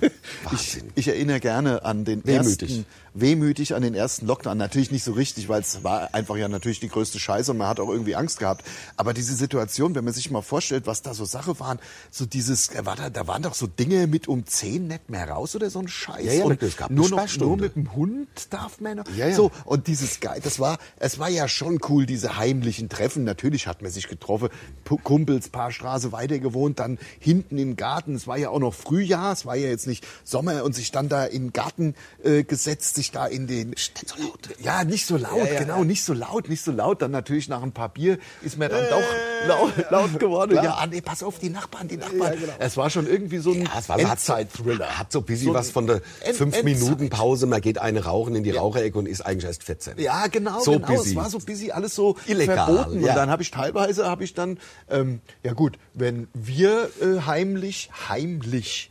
S2: Ich,
S3: Wahnsinn.
S2: ich erinnere gerne an den
S3: Wehmütig.
S2: ersten, wehmütig an den ersten Lockdown. Natürlich nicht so richtig, weil es war einfach ja natürlich die größte Scheiße und man hat auch irgendwie Angst gehabt. Aber diese Situation, wenn man sich mal vorstellt, was da so Sache waren, so dieses, äh, war da, da waren doch so Dinge mit um zehn nicht mehr raus oder so ein Scheiß.
S3: Ja, ja,
S2: und
S3: es gab eine
S2: nur, noch,
S3: Sperrstunde.
S2: nur mit dem Hund darf man noch.
S3: Ja, ja.
S2: So, und dieses Geil, das war, es war ja schon cool, diese heimlichen Treffen. Natürlich hat man sich getroffen, P Kumpels, paar Straße weiter gewohnt, dann hinten im Garten. Es war ja auch noch Frühjahr, es war ja jetzt nicht Sommer und sich dann da im Garten äh, gesetzt, sich da in den. Nicht so laut. Ja, nicht so laut,
S3: ja,
S2: genau, nicht so laut, nicht so laut. Dann natürlich nach ein paar Bier ist mir dann
S3: Äh.
S2: doch laut, laut geworden. Ja, ah, nee, pass auf, die Nachbarn, die Nachbarn. Es war schon irgendwie so ein
S3: genau. Ja, es war
S2: Endzeit-Thriller.
S3: Hat, hat so ein bisschen
S2: So ein
S3: was von der
S2: End-
S3: 5-Minuten-Pause, man geht eine rauchen in die Raucherecke und ist eigentlich erst 14.
S2: Ja, genau,
S3: so
S2: genau.
S3: Busy.
S2: Es war so busy, alles so
S3: Illegal,
S2: verboten.
S3: ja.
S2: Und dann habe ich teilweise, habe ich dann, ähm, ja gut, wenn wir äh, heimlich, heimlich,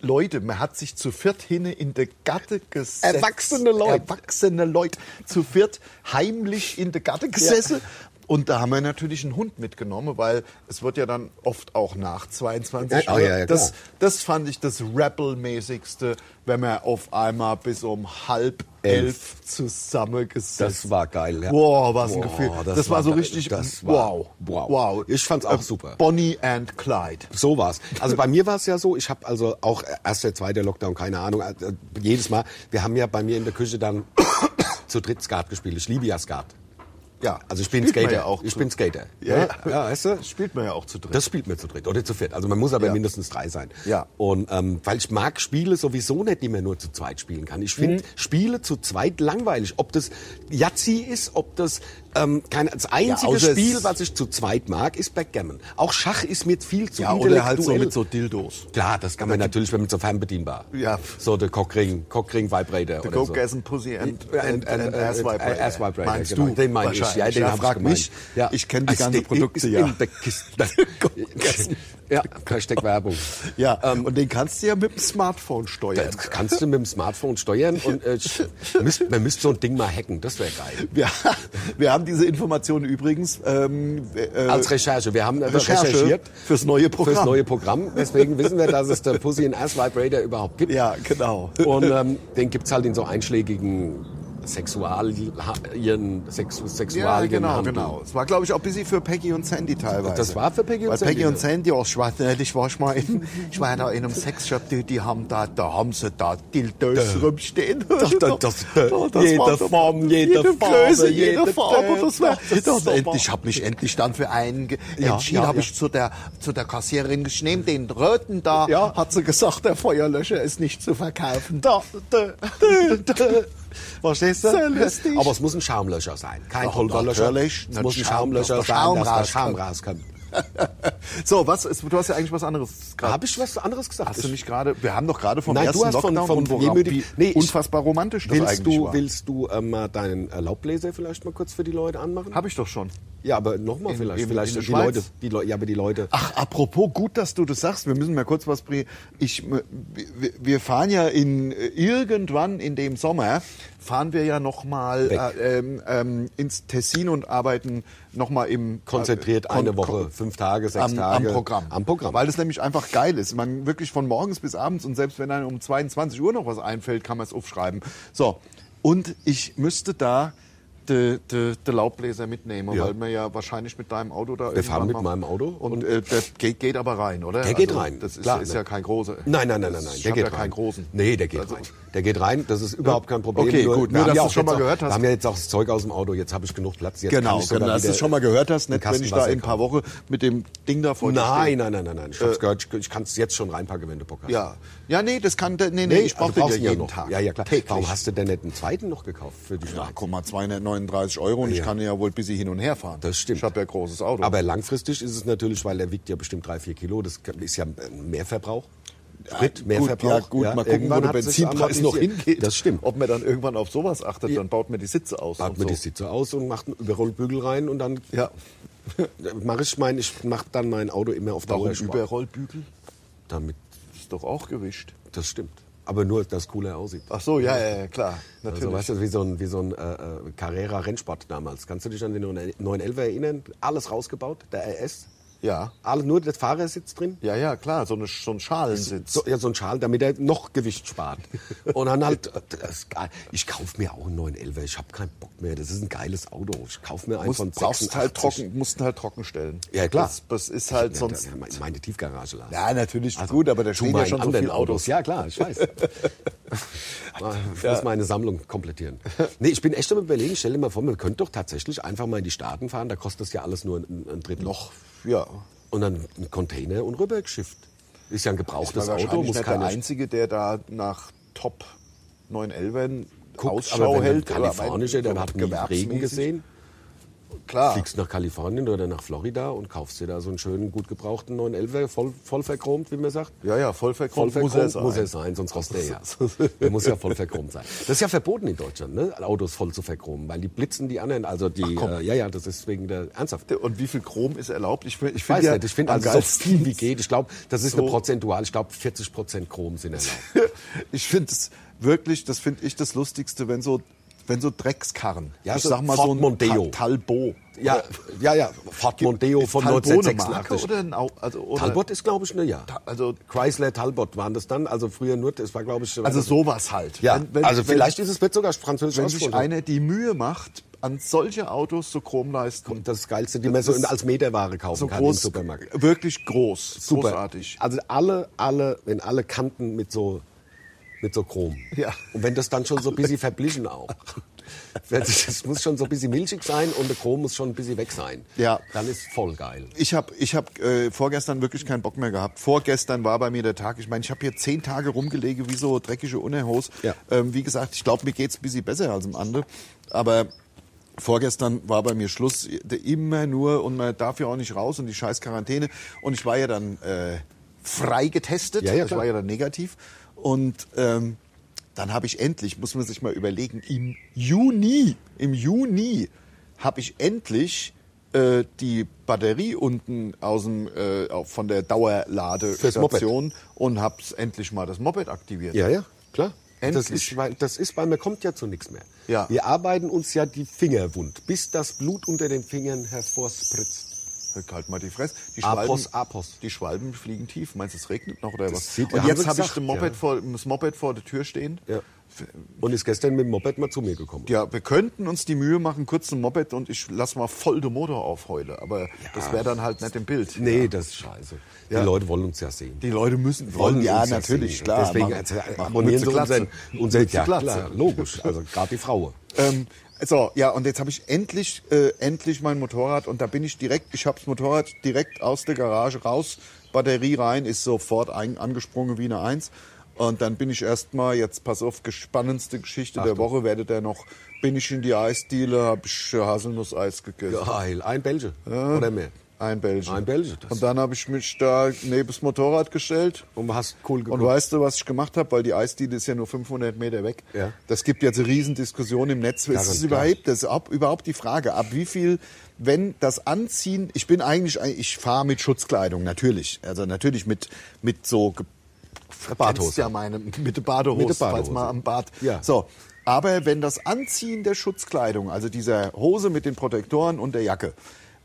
S2: Leute, man hat sich zu viert hin in der Gatte gesetzt.
S3: Erwachsene Leute.
S2: Erwachsene Leute, zu viert heimlich in der Gatte gesessen. Und da haben wir natürlich einen Hund mitgenommen, weil es wird ja dann oft auch nach 22
S3: Ja, oh ja, ja,
S2: das,
S3: klar.
S2: das fand ich das Rappel-mäßigste, wenn man auf einmal bis um halb elf,
S3: Elf.
S2: zusammengesessen
S3: Das war geil, ja.
S2: Wow, was ein
S3: Wow,
S2: Gefühl. Das,
S3: das
S2: war
S3: war
S2: so
S3: geil.
S2: richtig.
S3: Das war-
S2: wow,
S3: wow.
S2: wow.
S3: Ich fand's auch
S2: Äh,
S3: super.
S2: Bonnie and Clyde.
S3: So war's. Also bei mir war es ja so, ich habe also auch erst der zweite Lockdown, keine Ahnung, äh, jedes Mal, wir haben ja bei mir in der Küche dann zu dritt Skat gespielt. Ich liebe ja Skat.
S2: Ja,
S3: Also ich bin
S2: spielt man
S3: Skater.
S2: Ja auch
S3: ich
S2: zu-
S3: bin Skater.
S2: Ja, ja.
S3: ja weißt du?
S2: Spielt man ja auch zu dritt.
S3: Das spielt man zu dritt oder zu viert. Also man muss aber
S2: Ja.
S3: mindestens drei sein.
S2: Ja.
S3: Und ähm, weil ich mag Spiele sowieso nicht, die man nur zu zweit spielen kann. Ich
S2: Mhm.
S3: finde Spiele zu zweit langweilig. Ob das Yazzi ist, ob das ähm, keine, das einzige
S2: außer es-
S3: Spiel, was ich zu zweit mag, ist Backgammon. Auch Schach ist mir viel zu
S2: ja,
S3: intellektuell.
S2: oder halt so mit so Dildos.
S3: Klar, das kann man natürlich, wenn man so fernbedienbar.
S2: Ja.
S3: So der Cockring, Cockring Vibrator
S2: The
S3: oder so.
S2: Coke as and Pussy and,
S3: Äh,
S2: and, and,
S3: äh, äh,
S2: Ass
S3: äh,
S2: Vibrator.
S3: äh, Ass Vibrator,
S2: Meinst
S3: genau.
S2: du?
S3: Den meine ich. Ja,
S2: Wahrscheinlich.
S3: den hab ich
S2: frag
S3: gemeint.
S2: mich.
S3: Ja.
S2: Ich kenne die
S3: Als
S2: ganzen
S3: die-
S2: Produkte
S3: ist
S2: ja.
S3: in der Kiste. ja, Hashtag Werbung.
S2: Ja, und den kannst du ja mit dem Smartphone steuern.
S3: Ähm, Das kannst du mit dem Smartphone steuern und äh, müsst, man müsste so ein Ding mal hacken. Das wäre geil.
S2: Wir, wir haben diese Informationen übrigens ähm, äh,
S3: Als Recherche. Wir haben
S2: Recherche
S3: recherchiert
S2: fürs neue Programm.
S3: fürs neue Programm. Deswegen wissen wir, dass es der Pussy in Ass Vibrator überhaupt gibt.
S2: Ja, genau.
S3: Und ähm, den gibt's halt in so einschlägigen Sexualien, Sexu
S2: Ja,
S3: Sexualien.
S2: genau, genau. Es war, glaube ich, auch busy für Peggy und Sandy teilweise.
S3: Das war für Peggy und
S2: Weil
S3: Sandy,
S2: Peggy und
S3: ja.
S2: Sandy, auch, ich, war, ich, war schon mal in, ich war da in einem Sexshop, die, die haben da, da haben sie da Dildos rumstehen. Oh, Doch,
S3: da- das- da- jede Form, jede Farbe,
S2: Größe,
S3: jede
S2: jede Farbe.
S3: Größe.
S2: Das war,
S3: Das ist
S2: doch,
S3: super.
S2: endlich- ich habe mich endlich dann für einen ge-
S3: Ja,
S2: entschieden,
S3: ja,
S2: habe
S3: ja.
S2: ich zu der, zu der Kassiererin geschrieben, den roten da,
S3: Ja.
S2: hat sie gesagt, der Feuerlöscher ist nicht zu verkaufen. Da, da, da, da. Verstehst du?
S3: Sehr lustig. Aber es muss ein Schaumlöcher sein, kein
S2: Ach,
S3: Pulverlöscher.
S2: natürlich.
S3: Es muss ein
S2: Natürlich.
S3: Schaumlöcher
S2: Dass der
S3: sein,
S2: Schaum
S3: dass der
S2: rauskommt.
S3: Schaum rauskommt.
S2: so, was, ist- du hast ja eigentlich was anderes gerade
S3: Habe ich was anderes gesagt?
S2: Hast du nicht gerade, wir haben doch gerade vom
S3: Nein, du
S2: ersten
S3: hast von-
S2: Lockdown
S3: von
S2: und worauf,
S3: wehmütig-
S2: wie
S3: Nee, ich-
S2: unfassbar romantisch das
S3: willst
S2: eigentlich
S3: du,
S2: war.
S3: willst du ähm, mal deinen äh, Laubbläser vielleicht mal kurz für die Leute anmachen?
S2: Hab ich doch schon.
S3: ja, aber nochmal
S2: In-
S3: vielleicht.
S2: in-
S3: vielleicht
S2: in der
S3: die
S2: Schweiz?
S3: Leute, die Leute, ja, aber die Leute.
S2: Ach, apropos, gut, dass du das sagst. Wir müssen mal kurz was... pri- Ich, wir- wir fahren ja in äh, irgendwann in dem Sommer, fahren wir ja noch mal
S3: Weg.
S2: äh, ähm, ähm, ins Tessin und arbeiten noch mal im...
S3: Konzentriert
S2: äh, kon-
S3: eine Woche,
S2: kon-
S3: fünf Tage, sechs
S2: am,
S3: Tage.
S2: am Programm.
S3: Am Programm.
S2: Weil das nämlich einfach geil ist. Man wirklich von morgens bis abends und selbst wenn einem um 22 Uhr noch was einfällt, kann man es aufschreiben. So, und ich müsste da den de, de Laubbläser mitnehmen,
S3: Ja.
S2: weil wir ja wahrscheinlich mit deinem Auto da
S3: Wir
S2: irgendwann
S3: fahren mit
S2: mal-
S3: meinem Auto
S2: Und,
S3: und-
S2: äh, der geht, geht aber rein, oder? Also,
S3: Der geht rein,
S2: Das ist,
S3: klar,
S2: ist
S3: ne?
S2: ja kein großer.
S3: Nein, nein, nein, nein,
S2: Das
S3: nein. Der
S2: hat
S3: geht
S2: ja
S3: rein.
S2: keinen großen.
S3: Nee, der geht
S2: Also-
S3: rein. Der geht rein. Das ist überhaupt kein Problem.
S2: Okay, gut. Nur,
S3: wir
S2: dass
S3: haben ja
S2: du
S3: auch
S2: schon mal
S3: jetzt auch,
S2: gehört hast.
S3: Wir haben ja jetzt auch das Zeug aus dem Auto. Jetzt habe ich genug Platz. Jetzt kann
S2: Genau,
S3: ich sogar
S2: genau, dass du
S3: wieder
S2: es schon mal gehört hast,
S3: einen
S2: nicht, wenn ich
S3: Kasten
S2: da
S3: Wasser
S2: in ein paar Wochen mit dem Ding da vor dir stehe.
S3: Nein, nein, nein, nein, nein. Ich hab's gehört, ich, ich kann es jetzt schon reinpacken, wenn du Bock hast.
S2: Äh, Ja. ja, nee, das kann, der- nee, nee,
S3: Nee,
S2: ich brauche
S3: also brauchst
S2: den
S3: ihn
S2: ja jeden
S3: noch.
S2: Tag.
S3: Ja, ja, klar.
S2: Täglich.
S3: Warum hast du denn nicht einen zweiten noch gekauft für die Schweiz?
S2: Ja, Ah, guck mal, 239 Euro und ich
S3: Ja.
S2: kann ja wohl bis sie hin und her fahren.
S3: Das stimmt.
S2: Ich habe ja großes Auto.
S3: Aber langfristig ist es natürlich, weil er wiegt ja bestimmt drei, vier Kilo. Das ist ja ein Mehrverbrauch. Sprit, mehr
S2: gut,
S3: Verbrauch.
S2: Ja, gut, mal gucken, wo
S3: irgendwann
S2: der
S3: hat sich's
S2: Benzinpreis noch
S3: amortisiert.
S2: hingeht.
S3: Das stimmt.
S2: Ob man dann irgendwann auf sowas achtet,
S3: Ja.
S2: dann baut man die Sitze aus.
S3: Packt
S2: und
S3: mir
S2: so.
S3: die Sitze aus und macht einen Überrollbügel rein und dann
S2: Ja.
S3: mache ich mein, ich mach dann mein Auto immer auf
S2: Warum
S3: Dauersport.
S2: Überrollbügel?
S3: Damit,
S2: Ist doch auch gewischt.
S3: das stimmt. Aber nur, dass es cooler aussieht.
S2: Ach so, ja, ja, ja klar. Natürlich.
S3: Also weißt du, wie so ein, wie so ein äh, äh, Carrera Rennsport damals. Kannst du dich an den 911 erinnern? Alles rausgebaut, der RS.
S2: Ja.
S3: Alles, nur der Fahrersitz drin.
S2: ja, ja, klar, so, eine, so ein Schalensitz.
S3: So, ja, so ein Schal, damit er noch Gewicht spart. Und dann halt, äh, das ist geil. ich kaufe mir auch einen 911, ich habe keinen Bock mehr, das ist ein geiles Auto. Ich kaufe mir einen
S2: Musst,
S3: von
S2: brauchst
S3: 86.
S2: halt trocken, mussten halt trocken stellen.
S3: Ja, klar.
S2: Das, das ist halt
S3: Ja,
S2: sonst.
S3: da- meine- Meine Tiefgarage, Lars.
S2: Ja, natürlich, gut, aber da
S3: Also tu
S2: stehen
S3: mal
S2: ja
S3: in
S2: schon so
S3: anderen
S2: viele Autos.
S3: Ja, klar, ich weiß. Ich muss meine Sammlung komplettieren. Nee, ich bin echt am überlegen, stell dir mal vor, man könnte doch tatsächlich einfach mal in die Staaten fahren, da kostet das ja alles nur ein, ein Drittel. Noch.
S2: Ja.
S3: Und dann ein Container und rübergeschifft. Ist ja ein gebrauchtes
S2: Das Auto
S3: Auto,
S2: nicht
S3: muss
S2: der
S3: keine
S2: Einzige, der da nach Top 911
S3: Guckt,
S2: Ausschau
S3: aber wenn
S2: hält.
S3: hält, ein Kalifornischer, der hat nie Regen gesehen,
S2: Klar.
S3: fliegst nach Kalifornien oder nach Florida und kaufst dir da so einen schönen, gut gebrauchten 911er, voll, voll verchromt, wie man sagt.
S2: Ja, ja, voll verchromt
S3: Voll
S2: muss
S3: verchromt
S2: er sein.
S3: muss er sein, sonst rostet er ja. Er muss ja voll verchromt sein. Das ist ja verboten in Deutschland, ne? Autos voll zu verchromen, weil die blitzen die anderen, also die, äh, ja, ja, das ist wegen der, ernsthaft. Ich
S2: Und wie viel Chrom ist erlaubt? Ich, ich
S3: weiß
S2: finde ja,
S3: nicht, ich finde
S2: am
S3: also so
S2: geilsten-
S3: viel wie geht. Ich glaube, das ist eine
S2: So.
S3: prozentual, ich glaube 40 Prozent Chrom sind erlaubt.
S2: ich finde es wirklich, das finde ich das Lustigste, wenn so, wenn so Dreckskarren.
S3: Ja,
S2: ich
S3: so
S2: sag mal
S3: Ford
S2: so ein
S3: Mondeo.
S2: Ta- Talbot.
S3: Ja, ja, ja, Ford Mondeo von
S2: Talbot eine Marke
S3: 1986.
S2: Oder ein, Au- also, oder,
S3: Talbot ist, glaube ich, ne, ja.
S2: Ta- also-
S3: Chrysler Talbot waren das dann, also früher nur, das war, glaube ich,
S2: Also sowas halt.
S3: ja,
S2: Wenn- wenn-
S3: also
S2: wenn-
S3: vielleicht ist es wird sogar französisch
S2: wenn sich
S3: ausgesprochen.
S2: einer die Mühe macht, an solche Autos so Chromleisten,
S3: das Geilste, die man so in- als Meterware kaufen
S2: so
S3: kann
S2: groß,
S3: im Supermarkt.
S2: wirklich groß,
S3: Super.
S2: großartig.
S3: Also alle, alle, wenn alle Kanten mit so, mit so Chrom.
S2: Ja.
S3: Und wenn das dann schon so ein bisschen verblichen auch. Das muss schon so ein bisschen milchig sein und der Chrom muss schon ein bisschen weg sein.
S2: Ja.
S3: Dann ist voll geil.
S2: Ich habe ich hab, äh, vorgestern wirklich keinen Bock mehr gehabt. Vorgestern war bei mir der Tag. Ich meine, ich habe hier zehn Tage rumgelegen wie so dreckige Unterhose.
S3: Ja.
S2: Ähm, wie gesagt, ich glaube, mir geht's ein bisschen besser als am anderen. Aber vorgestern war bei mir Schluss. Immer nur und man darf ja auch nicht raus und die scheiß Quarantäne. Und ich war ja dann äh, frei getestet.
S3: Ja, ja,
S2: ich
S3: klar.
S2: war ja dann negativ. Und ähm, dann habe ich endlich, muss man sich mal überlegen, im Juni, im Juni habe ich endlich äh, die Batterie unten aus dem, äh, auch von der Dauerladestation und habe endlich mal das Moped aktiviert.
S3: Ja, ja, klar. Das
S2: Endlich.
S3: ist, weil, das ist, weil man kommt ja zu nichts mehr.
S2: Ja.
S3: Wir arbeiten uns ja die Finger wund, bis das Blut unter den Fingern hervorspritzt.
S2: Halt mal die Fresse. Die
S3: Apos,
S2: Schwalben,
S3: Apos.
S2: Die Schwalben fliegen tief. Meinst du, es regnet noch oder was?
S3: sieht-
S2: und
S3: haben
S2: jetzt
S3: sie
S2: habe ich
S3: gesagt,
S2: den Moped
S3: ja.
S2: vor, das Moped vor der Tür stehen.
S3: Ja. Und ist gestern mit dem Moped mal zu mir gekommen.
S2: Ja, wir könnten uns die Mühe machen, kurz ein Moped und ich lass mal voll den Motor aufheule. Aber das wäre dann halt nicht im Bild.
S3: Nee, das ist scheiße. Die Leute wollen uns ja sehen.
S2: Die Leute müssen
S3: wollen
S2: wollen. Ja,
S3: uns
S2: natürlich,
S3: sehen.
S2: klar.
S3: Deswegen also, äh,
S2: Mach-
S3: mach,
S2: mach
S3: abonnieren
S2: Mütze,
S3: sie
S2: Glatze.
S3: unseren, unseren
S2: Mütze,
S3: ja,
S2: Glatze.
S3: klar, logisch. Also gerade die Frau.
S2: Ähm, so, ja, und jetzt habe ich endlich, äh, endlich mein Motorrad und da bin ich direkt, ich habe das Motorrad direkt aus der Garage raus, Batterie rein, ist sofort ein, angesprungen wie eine Eins. Und dann bin ich erstmal, jetzt pass auf, gespannendste Geschichte der Woche, werdet ihr noch, bin ich in die Eisdiele, habe ich äh, Haselnusseis gegessen.
S3: Geil. Ein Belgier. Oder mehr.
S2: Ein Belgier.
S3: Ein Belgier, das-
S2: Und dann habe ich mich da neben das Motorrad gestellt.
S3: Und hast cool geguckt.
S2: Und weißt du, was ich gemacht habe? Weil die Eisdiele ist ja nur 500 Meter weg.
S3: Ja.
S2: Das gibt jetzt eine Riesendiskussion im Netz. Ist
S3: Daran-
S2: es überhaupt, das ist ab, überhaupt die Frage, ab wie viel, wenn das Anziehen, ich bin eigentlich, ein- ich fahre mit Schutzkleidung, natürlich. Also natürlich mit, mit so ge-
S3: Badhose.
S2: kennst ja meine, mit der Badehose,
S3: Mit der Badehose.
S2: falls mal am Bad.
S3: Ja.
S2: So. Aber wenn das Anziehen der Schutzkleidung, also dieser Hose mit den Protektoren und der Jacke,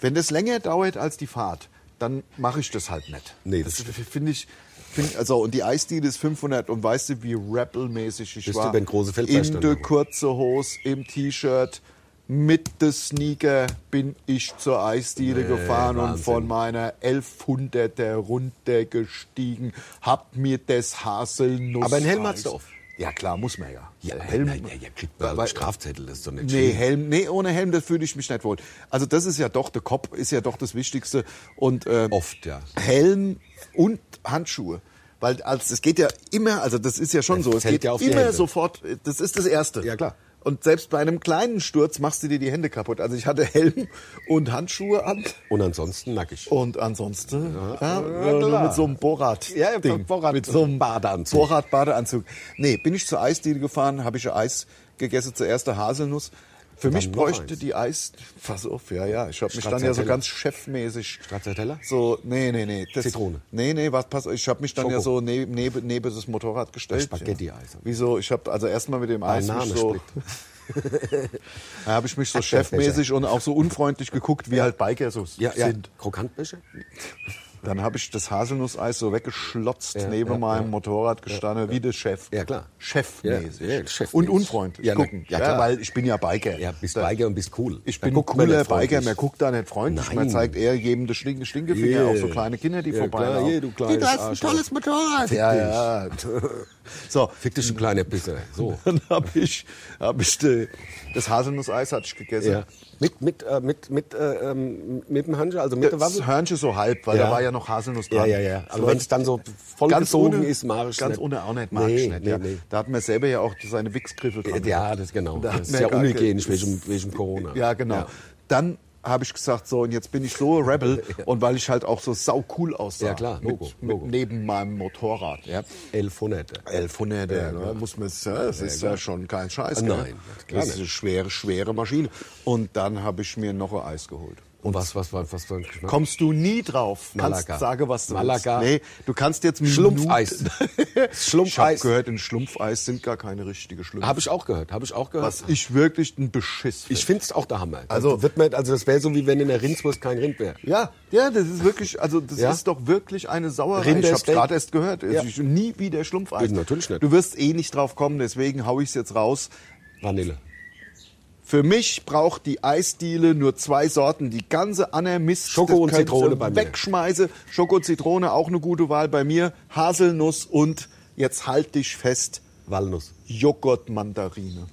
S2: wenn das länger dauert als die Fahrt, dann mache ich das halt nicht.
S3: Nee, das
S2: das finde ich. Find, also und die Eisdiele ist 500 und weißt du, wie rappelmäßig ich
S3: Bist
S2: war?
S3: du beim großen Feldmeister?
S2: In der kurze Hose, im T-Shirt, mit der Sneaker bin ich zur Eisdiele gefahren und
S3: Wahnsinn.
S2: von meiner 1100er runtergestiegen, hab mir das Haselnuss.
S3: Aber einen Helm hattest du auf?
S2: Ja klar, muss man ja.
S3: Ja,
S2: Helm.
S3: Nein, nein, ja, kriegt man einen
S2: Weil-
S3: Strafzettel, das ist doch nicht
S2: Nee, Helm, nee, ohne Helm, da fühle ich mich nicht wohl. Also das ist ja doch, der Kopf ist ja doch das Wichtigste. Und äh,
S3: Oft, ja.
S2: Helm und Handschuhe. Weil als es geht ja immer, also das ist ja schon so, es
S3: fällt
S2: geht
S3: ja auf die
S2: immer
S3: Hände.
S2: sofort, das ist das Erste.
S3: Ja, klar.
S2: Und selbst bei einem kleinen Sturz machst du dir die Hände kaputt. Also ich hatte Helm und Handschuhe an.
S3: Und ansonsten nackig.
S2: Und ansonsten ja, nur mit so einem Borat.
S3: Ja, ja, Borat-
S2: mit so einem
S3: Badeanzug.
S2: Borat Badeanzug. Nee, bin ich zur Eisdiele gefahren, habe ich ein Eis gegessen, zuerst eine Haselnuss. Für mich
S3: noch
S2: bräuchte
S3: eins.
S2: die Eis. Pass auf, ja, ja. Ich habe mich dann
S3: Stracciatella.
S2: ja so ganz chefmäßig.
S3: Stracciatella?
S2: So, nee, nee, nee. das-
S3: Zitrone.
S2: Nee, nee, was pass Ich habe mich dann
S3: Schoko.
S2: ja so neben, neben, neben das Motorrad gestellt.
S3: Spaghetti-Eis.
S2: Wieso? Ich habe also erstmal mit dem Eis mich
S3: Banane
S2: so.
S3: split.
S2: Da habe ich mich so chefmäßig und auch so unfreundlich geguckt, wie halt Biker so sind.
S3: Krokantbecher?
S2: Dann habe ich das Haselnusseis so weggeschlotzt,
S3: Ja,
S2: neben
S3: ja,
S2: meinem Motorrad gestanden, wie der Chef.
S3: Ja, klar.
S2: Chefmäßig.
S3: Ja, ja, chefmäßig.
S2: Und unfreundlich.
S3: Ja, na-
S2: gucken.
S3: ja, klar.
S2: weil ich bin ja Biker.
S3: Ja, bist
S2: Da-
S3: Biker und bist cool.
S2: Ich
S3: Da
S2: bin ein
S3: guckt man
S2: cooler
S3: nicht freundlich.
S2: Biker, man guckt da nicht freundlich. Man
S3: Nein.
S2: zeigt eher jedem das Stinke Stinkefinger,
S3: Yeah.
S2: auch so kleine Kinder, die
S3: Ja,
S2: vorbeilaufen.
S3: klar, hier, du kleines Arschloch.
S2: Motorrad. Ja, ja. So,
S3: Fick dich, du kleiner Pisser. So.
S2: dann habe ich, hab ich die, das Haselnusseis hatte ich gegessen.
S3: Ja. Mit, mit, äh, mit, mit, äh, ähm, mit dem Handschuh, also mit der Waffe?
S2: Das Hörnchen so halb, weil
S3: Ja.
S2: da war ja noch Haselnuss
S3: Ja,
S2: dran.
S3: ja, ja. Aber
S2: So
S3: wenn's dann so vollgesogen ist, mag ich's
S2: Ganz
S3: nicht.
S2: ohne auch nicht, mag ich
S3: Nee,
S2: nicht.
S3: nee,
S2: ja.
S3: nee.
S2: Da hat man selber ja auch seine Wichsgriffel dran.
S3: Ja, das genau.
S2: Da
S3: Das
S2: hat
S3: ist ja
S2: man gar
S3: unhygienisch
S2: kein-
S3: wegen, wegen Corona.
S2: Ja, genau. Dann habe ich gesagt, so, und jetzt bin ich so Rebel und weil ich halt auch so sau cool aussah.
S3: Ja, klar, Logo,
S2: mit, mit
S3: Logo.
S2: neben meinem Motorrad. Ja.
S3: 1100.
S2: 1100, ja, ne? muss man es, ja, das ist ja schon kein Scheiß. gell?
S3: Ah, Nein, klar
S2: das ist eine schwere, schwere Maschine. Und dann habe ich mir noch ein Eis geholt.
S3: Und was, was, was, was für ein Geschmack?
S2: Kommst du nie drauf?
S3: Malaga.
S2: Kannst sage was du
S3: Malaga.
S2: willst. Nee, du kannst jetzt
S3: Schlumpfeis.
S2: Schlumpfeis. Ich habe
S3: Schlumpfeis.
S2: gehört, in Schlumpfeis sind gar keine richtige Schlumpfeis.
S3: Habe ich auch gehört, habe ich auch gehört.
S2: was ich wirklich ein Beschiss.
S3: ich
S2: Find.
S3: finde es auch der Hammer.
S2: Also-
S3: Also, wird man, also das wäre so, wie wenn in der Rindswurst kein Rind wäre.
S2: Ja, ja, das ist wirklich, also das
S3: Ja?
S2: ist doch wirklich eine Sauerei. ich habe
S3: Rindersteak.
S2: gerade erst gehört. Also
S3: Ja.
S2: Ich, nie wieder Schlumpfeis.
S3: Ja, natürlich nicht.
S2: Du wirst eh nicht drauf kommen, deswegen hau ich es jetzt raus.
S3: Vanille.
S2: Für mich braucht die Eisdiele nur zwei Sorten. Die ganze Anna Mist.
S3: Schoko
S2: das
S3: und
S2: könnt
S3: Zitrone
S2: ihr
S3: bei mir.
S2: äh, Wegschmeiße. Schoko und Zitrone auch eine gute Wahl bei mir. Haselnuss und jetzt halt dich fest.
S3: Walnuss.
S2: Joghurt-Mandarine.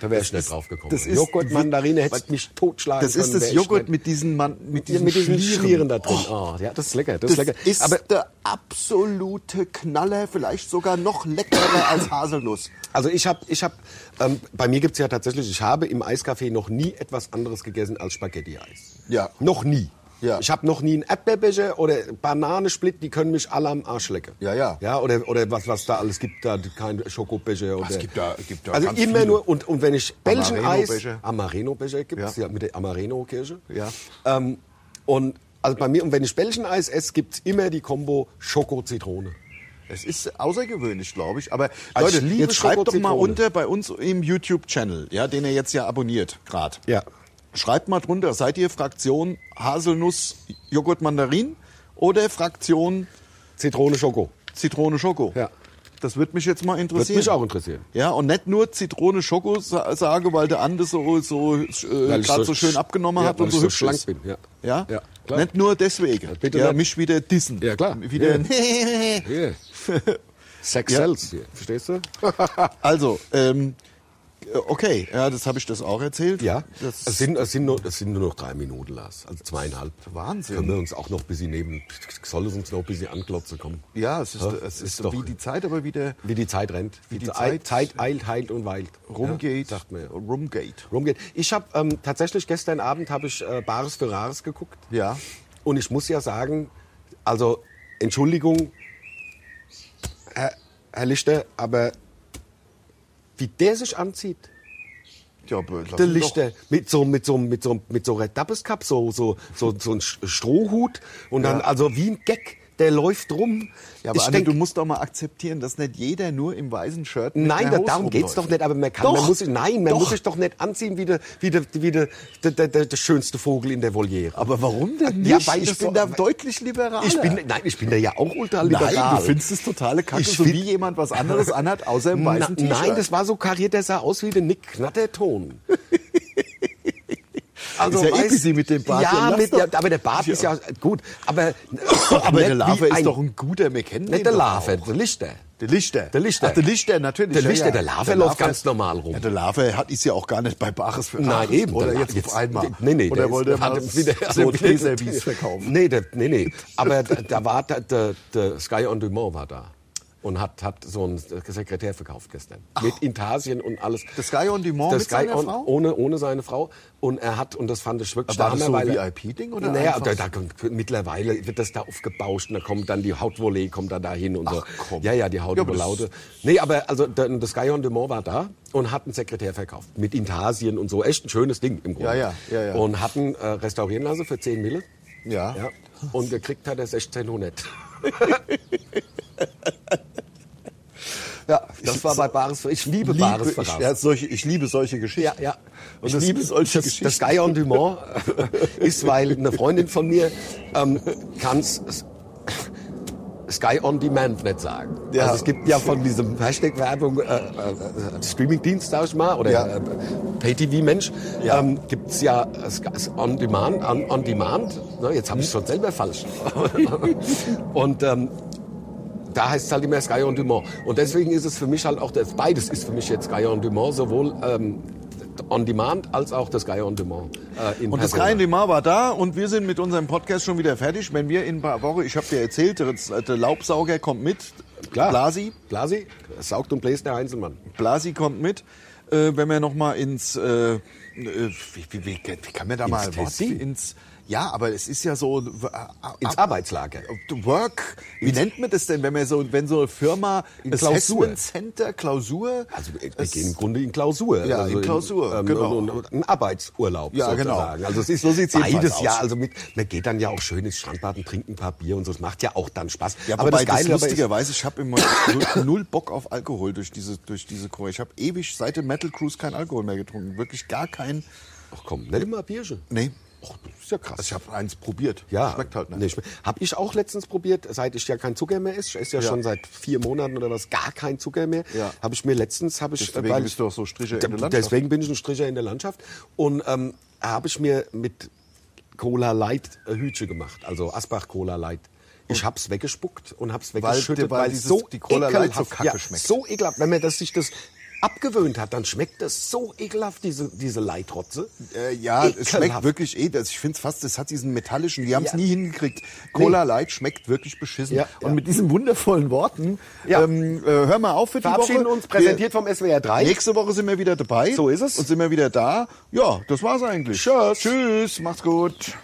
S3: Da wäre ich
S2: Das
S3: nicht
S2: ist-
S3: drauf gekommen.
S2: das ist-
S3: Joghurt, Mandarine hättest
S2: Was-
S3: mich totschlagen
S2: Das ist
S3: können,
S2: das
S3: wär ich
S2: Joghurt
S3: nicht-
S2: mit diesen, Man mit
S3: Ja,
S2: diesen,
S3: mit diesen
S2: Schlieren.
S3: Schlieren da drin. Oh, ja, das ist lecker, das ist lecker.
S2: ist
S3: Aber-
S2: der absolute Knaller, vielleicht sogar noch leckerer als Haselnuss.
S3: Also ich habe, ich hab, ähm, bei mir gibt's ja tatsächlich, ich habe im Eiscafé noch nie etwas anderes gegessen als Spaghetti-Eis.
S2: Ja.
S3: Noch nie.
S2: Ja.
S3: Ich habe noch nie einen Erdbeerbecher oder Bananensplit, die können mich alle am Arsch lecken.
S2: Ja, ja.
S3: Ja, oder, oder was, was da alles gibt, da kein Schokobecher oder.
S2: es gibt da- gibt da
S3: also
S2: ganz
S3: immer
S2: viele.
S3: nur, und, und wenn ich Belgien-Eis,
S2: Amareno-Becher.
S3: Amareno-Becher gibt's
S2: Ja.
S3: ja. mit der Amareno-Kirsche.
S2: Ja.
S3: Ähm, und, also bei mir, und wenn ich Belgien-Eis esse, gibt's immer die Kombo Schoko-Zitrone.
S2: Es ist außergewöhnlich, glaube ich. Aber
S3: Also
S2: Leute,
S3: ich liebe
S2: jetzt schreibt doch mal
S3: Schokozitrone.
S2: unter bei uns im YouTube-Channel, ja, den ihr jetzt ja abonniert, gerade.
S3: Ja.
S2: Schreibt mal drunter, seid ihr Fraktion Haselnuss, Joghurt, Mandarin oder Fraktion
S3: Zitrone-Schoko.
S2: Zitrone, Schoko?
S3: Ja.
S2: Das würde mich jetzt mal
S3: Würde
S2: interessieren.
S3: mich auch interessieren.
S2: Ja, und nicht nur Zitrone, Schoko sa- sage, weil der Ande so, so äh,
S3: Weil
S2: gerade
S3: ich
S2: so,
S3: so
S2: schön
S3: sch-
S2: abgenommen
S3: ja,
S2: hat
S3: weil
S2: und
S3: ich
S2: so
S3: so
S2: hübsch
S3: schlank
S2: ist.
S3: bin, ja.
S2: Ja?
S3: Ja, klar.
S2: Nicht nur deswegen.
S3: bitte
S2: ja,
S3: nicht.
S2: mich wieder dissen.
S3: Ja, klar.
S2: Wieder
S3: Yeah. Sex
S2: Ja.
S3: sells hier. Verstehst du?
S2: Also, ähm, okay, ja, das habe ich das auch erzählt. Das
S3: Es sind, es, sind nur, es sind nur noch drei Minuten, Lars. Also zweieinhalb.
S2: Wahnsinn.
S3: Können wir uns auch noch ein bisschen neben. Soll es uns noch ein bisschen anklotzen kommen?
S2: ja, es ist,
S3: Ja,
S2: es ist,
S3: ist doch-
S2: wie die Zeit, aber wie der
S3: Wie die Zeit rennt. Wie
S2: die
S3: Ei-
S2: Zeit-
S3: Zeit eilt, heilt und weilt.
S2: rumgeht.
S3: Ja, sagt man ja.
S2: Rumgeht.
S3: Rumgeht. Ich habe ähm, tatsächlich gestern Abend habe ich äh, Bares für Rares geguckt.
S2: Ja.
S3: Und ich muss ja sagen, also Entschuldigung, Herr, Herr Lichter, aber wie der sich anzieht.
S2: Ja, aber lass
S3: Der
S2: ihn doch.
S3: Lichter mit so mit so mit so mit so Red Dappes Cup so so so so ein Sch- Strohhut und dann also wie ein Gag, der läuft rum.
S2: Ja, aber
S3: ich
S2: Anne,
S3: denk,
S2: du musst doch mal akzeptieren, dass nicht jeder nur im weißen Shirt mit
S3: Nein,
S2: einer
S3: da,
S2: Hose
S3: darum geht's
S2: rumläuft.
S3: doch nicht. Aber man kann,
S2: Doch.
S3: man muss, nein, man
S2: Doch.
S3: muss sich doch nicht anziehen wie der, wie der, wie der, der, der, der, der schönste Vogel in der Voliere.
S2: Aber warum denn nicht?
S3: Ja, weil ich
S2: ich bin
S3: so-
S2: da deutlich liberaler.
S3: Ich bin, nein, ich bin da ja auch ultraliberal.
S2: Nein, du findest es totale Kacke,
S3: Ich
S2: so
S3: find-
S2: wie jemand was anderes anhat, außer im
S3: Na,
S2: weißen T-Shirt.
S3: nein, das war so kariert, der sah aus wie der Nick Knatterton. Also,
S2: Ist ja
S3: weißt-
S2: Epicy mit dem Bart, ja,
S3: Ja,
S2: lass
S3: mit,
S2: doch.
S3: ja, aber der Bart ist ja gut. Aber,
S2: aber
S3: nicht
S2: der Lava
S3: wie
S2: ist doch ein guter, wir kennen
S3: Nicht
S2: den
S3: der
S2: doch
S3: Lava,
S2: auch.
S3: der Lichter.
S2: Der Lichter.
S3: Der Lichter.
S2: Ach, der Lichter, natürlich.
S3: Der
S2: ja,
S3: Lichter,
S2: ja.
S3: der Lava läuft ganz normal rum.
S2: Ja, der Lava hat, ist ja auch gar nicht bei Bares für
S3: Nein,
S2: Rares.
S3: eben.
S2: Oder
S3: der-
S2: jetzt, auf einmal.
S3: Nee, nee,
S2: Oder
S3: der
S2: wollte er
S3: ist-
S2: mal
S3: hat wieder
S2: so Teeservice verkaufen?
S3: Nee, der, nee, nee. Aber da, da war der, der, der Sky on Dumont war da. und hat, hat so einen Sekretär verkauft gestern. Mit Intarsien und alles.
S2: Das Sky on Demand
S3: Das
S2: mit seiner
S3: on,
S2: Frau?
S3: Ohne, ohne seine Frau. Und er hat, und das fand ich wirklich
S2: War
S3: der
S2: das
S3: Hammer,
S2: so
S3: weil er-
S2: VIP-Ding oder
S3: Naja,
S2: einfach
S3: da, da, kommt- mittlerweile wird das da aufgebauscht und da kommt dann die Hautvolley, kommt da dahin und so.
S2: komm.
S3: Ja, ja, die Haut
S2: Ja, aber
S3: über
S2: das-
S3: Laute. Nee, aber also der- das Sky on Demand war da und hat einen Sekretär verkauft. Mit Intarsien und so. Echt ein schönes Ding im Grunde.
S2: Ja, ja, ja, ja.
S3: Und hat ihn äh, restaurieren lassen für 10 Mille.
S2: Ja.
S3: ja. Und gekriegt hat er 1600.
S2: Ja,
S3: Das war bei Bares Verrat. Ich liebe, Bares
S2: ich,
S3: Verrat.
S2: ja, solche, ich liebe solche Geschichten.
S3: Ja, ja.
S2: Und das, liebe solche
S3: das, das
S2: Geschichten.
S3: Guy on Dumont äh, ist, weil eine Freundin von mir ähm, kann Sky on Demand nicht sagen.
S2: Ja.
S3: Also es gibt ja von diesem Hashtag-Werbung äh, äh, Streaming-Dienst, sag ich mal, oder
S2: Ja.
S3: äh, Pay-TV-Mensch,
S2: Ja.
S3: ähm, gibt es ja äh, Sky- on Demand. On, on Demand. Ne, jetzt
S2: Mhm.
S3: habe ich schon selber falsch. Und ähm, da heißt es halt immer Sky on Dumont. Und deswegen ist es für mich halt auch, das, beides ist für mich jetzt Sky on Dumont, sowohl ähm, on Demand als auch das Sky on Dumont. Äh, in
S2: Und das
S3: Persona.
S2: kleine Thema war da und wir sind mit unserem Podcast schon wieder fertig. Wenn wir in ein paar Wochen, ich habe dir erzählt, der der Laubsauger kommt mit,
S3: Klar.
S2: Blasi,
S3: Blasi, saugt und bläst der Einzelmann.
S2: Blasi kommt mit. Äh, wenn wir noch mal ins, äh, äh, wie, wie, wie, wie kann man da mal
S3: Ins
S2: Wort-
S3: Tessin?
S2: ins, ja, aber es ist ja so äh,
S3: Ins
S2: ab- äh,
S3: Arbeitslager.
S2: Work. Wie nennt man das denn, wenn man so, wenn so eine Firma
S3: Klausur.
S2: Assessment Center Klausur?
S3: Also wir wir
S2: Es-
S3: gehen im Grunde in Klausur.
S2: Ja,
S3: also
S2: in Klausur,
S3: ähm,
S2: genau.
S3: Und, und, und ein Arbeitsurlaub
S2: Ja,
S3: sozusagen.
S2: genau.
S3: Also es ist
S2: So sieht's jedenfalls
S3: beides,
S2: aus.
S3: ja. Also mit, man geht dann ja auch schön ins Strandbaden, trinkt ein paar Bier und so. Das macht ja auch dann Spaß.
S2: Ja, aber wobei das,
S3: Geile dabei ist-
S2: lustigerweise, ich habe immer null, null Bock auf Alkohol durch diese durch diese Chore. Ich habe ewig seit dem Metal Cruise kein Alkohol mehr getrunken, wirklich gar kein.
S3: Ach komm, nicht immer Bierchen.
S2: Nee.
S3: Ach, das ist ja krass.
S2: Also ich habe eins probiert.
S3: Ja,
S2: schmeckt halt nicht.
S3: Nee, schme hab ich auch letztens probiert, seit ich ja kein Zucker mehr esse. Ich esse ja,
S2: Ja.
S3: schon seit vier Monaten oder was gar kein Zucker mehr.
S2: Ja.
S3: Habe ich mir letztens, habe ich,
S2: Deswegen bist du auch so Stricher in der
S3: De-
S2: Landschaft.
S3: Deswegen bin ich ein Stricher in der Landschaft und ähm, habe ich mir mit Cola Light äh, Hütche gemacht, also Asbach Cola Light. Ich hab's weggespuckt und hab's weggeschüttet,
S2: weil
S3: weil, es
S2: dieses-
S3: so
S2: die Cola Light
S3: ekelhaft,
S2: so kacke
S3: ja,
S2: schmeckt.
S3: So ekelhaft, wenn man das, sich das abgewöhnt hat, dann schmeckt das so ekelhaft diese diese Leitrotze.
S2: Äh, ja, es schmeckt
S3: Ekelhaft.
S2: wirklich eh, das, ich finde fast, es hat diesen metallischen, die haben es
S3: Ja.
S2: nie hingekriegt. Cola Light schmeckt wirklich beschissen.
S3: Ja,
S2: und
S3: ja.
S2: mit diesen wundervollen Worten,
S3: Ja.
S2: ähm, äh, hör mal auf für die
S3: Verabschieden
S2: Woche.
S3: uns, präsentiert vom SWR 3.
S2: Wir, nächste Woche sind wir wieder dabei.
S3: So ist es.
S2: Und sind wir wieder da. Ja, das war's eigentlich. Tschüss. Tschüss, macht's gut.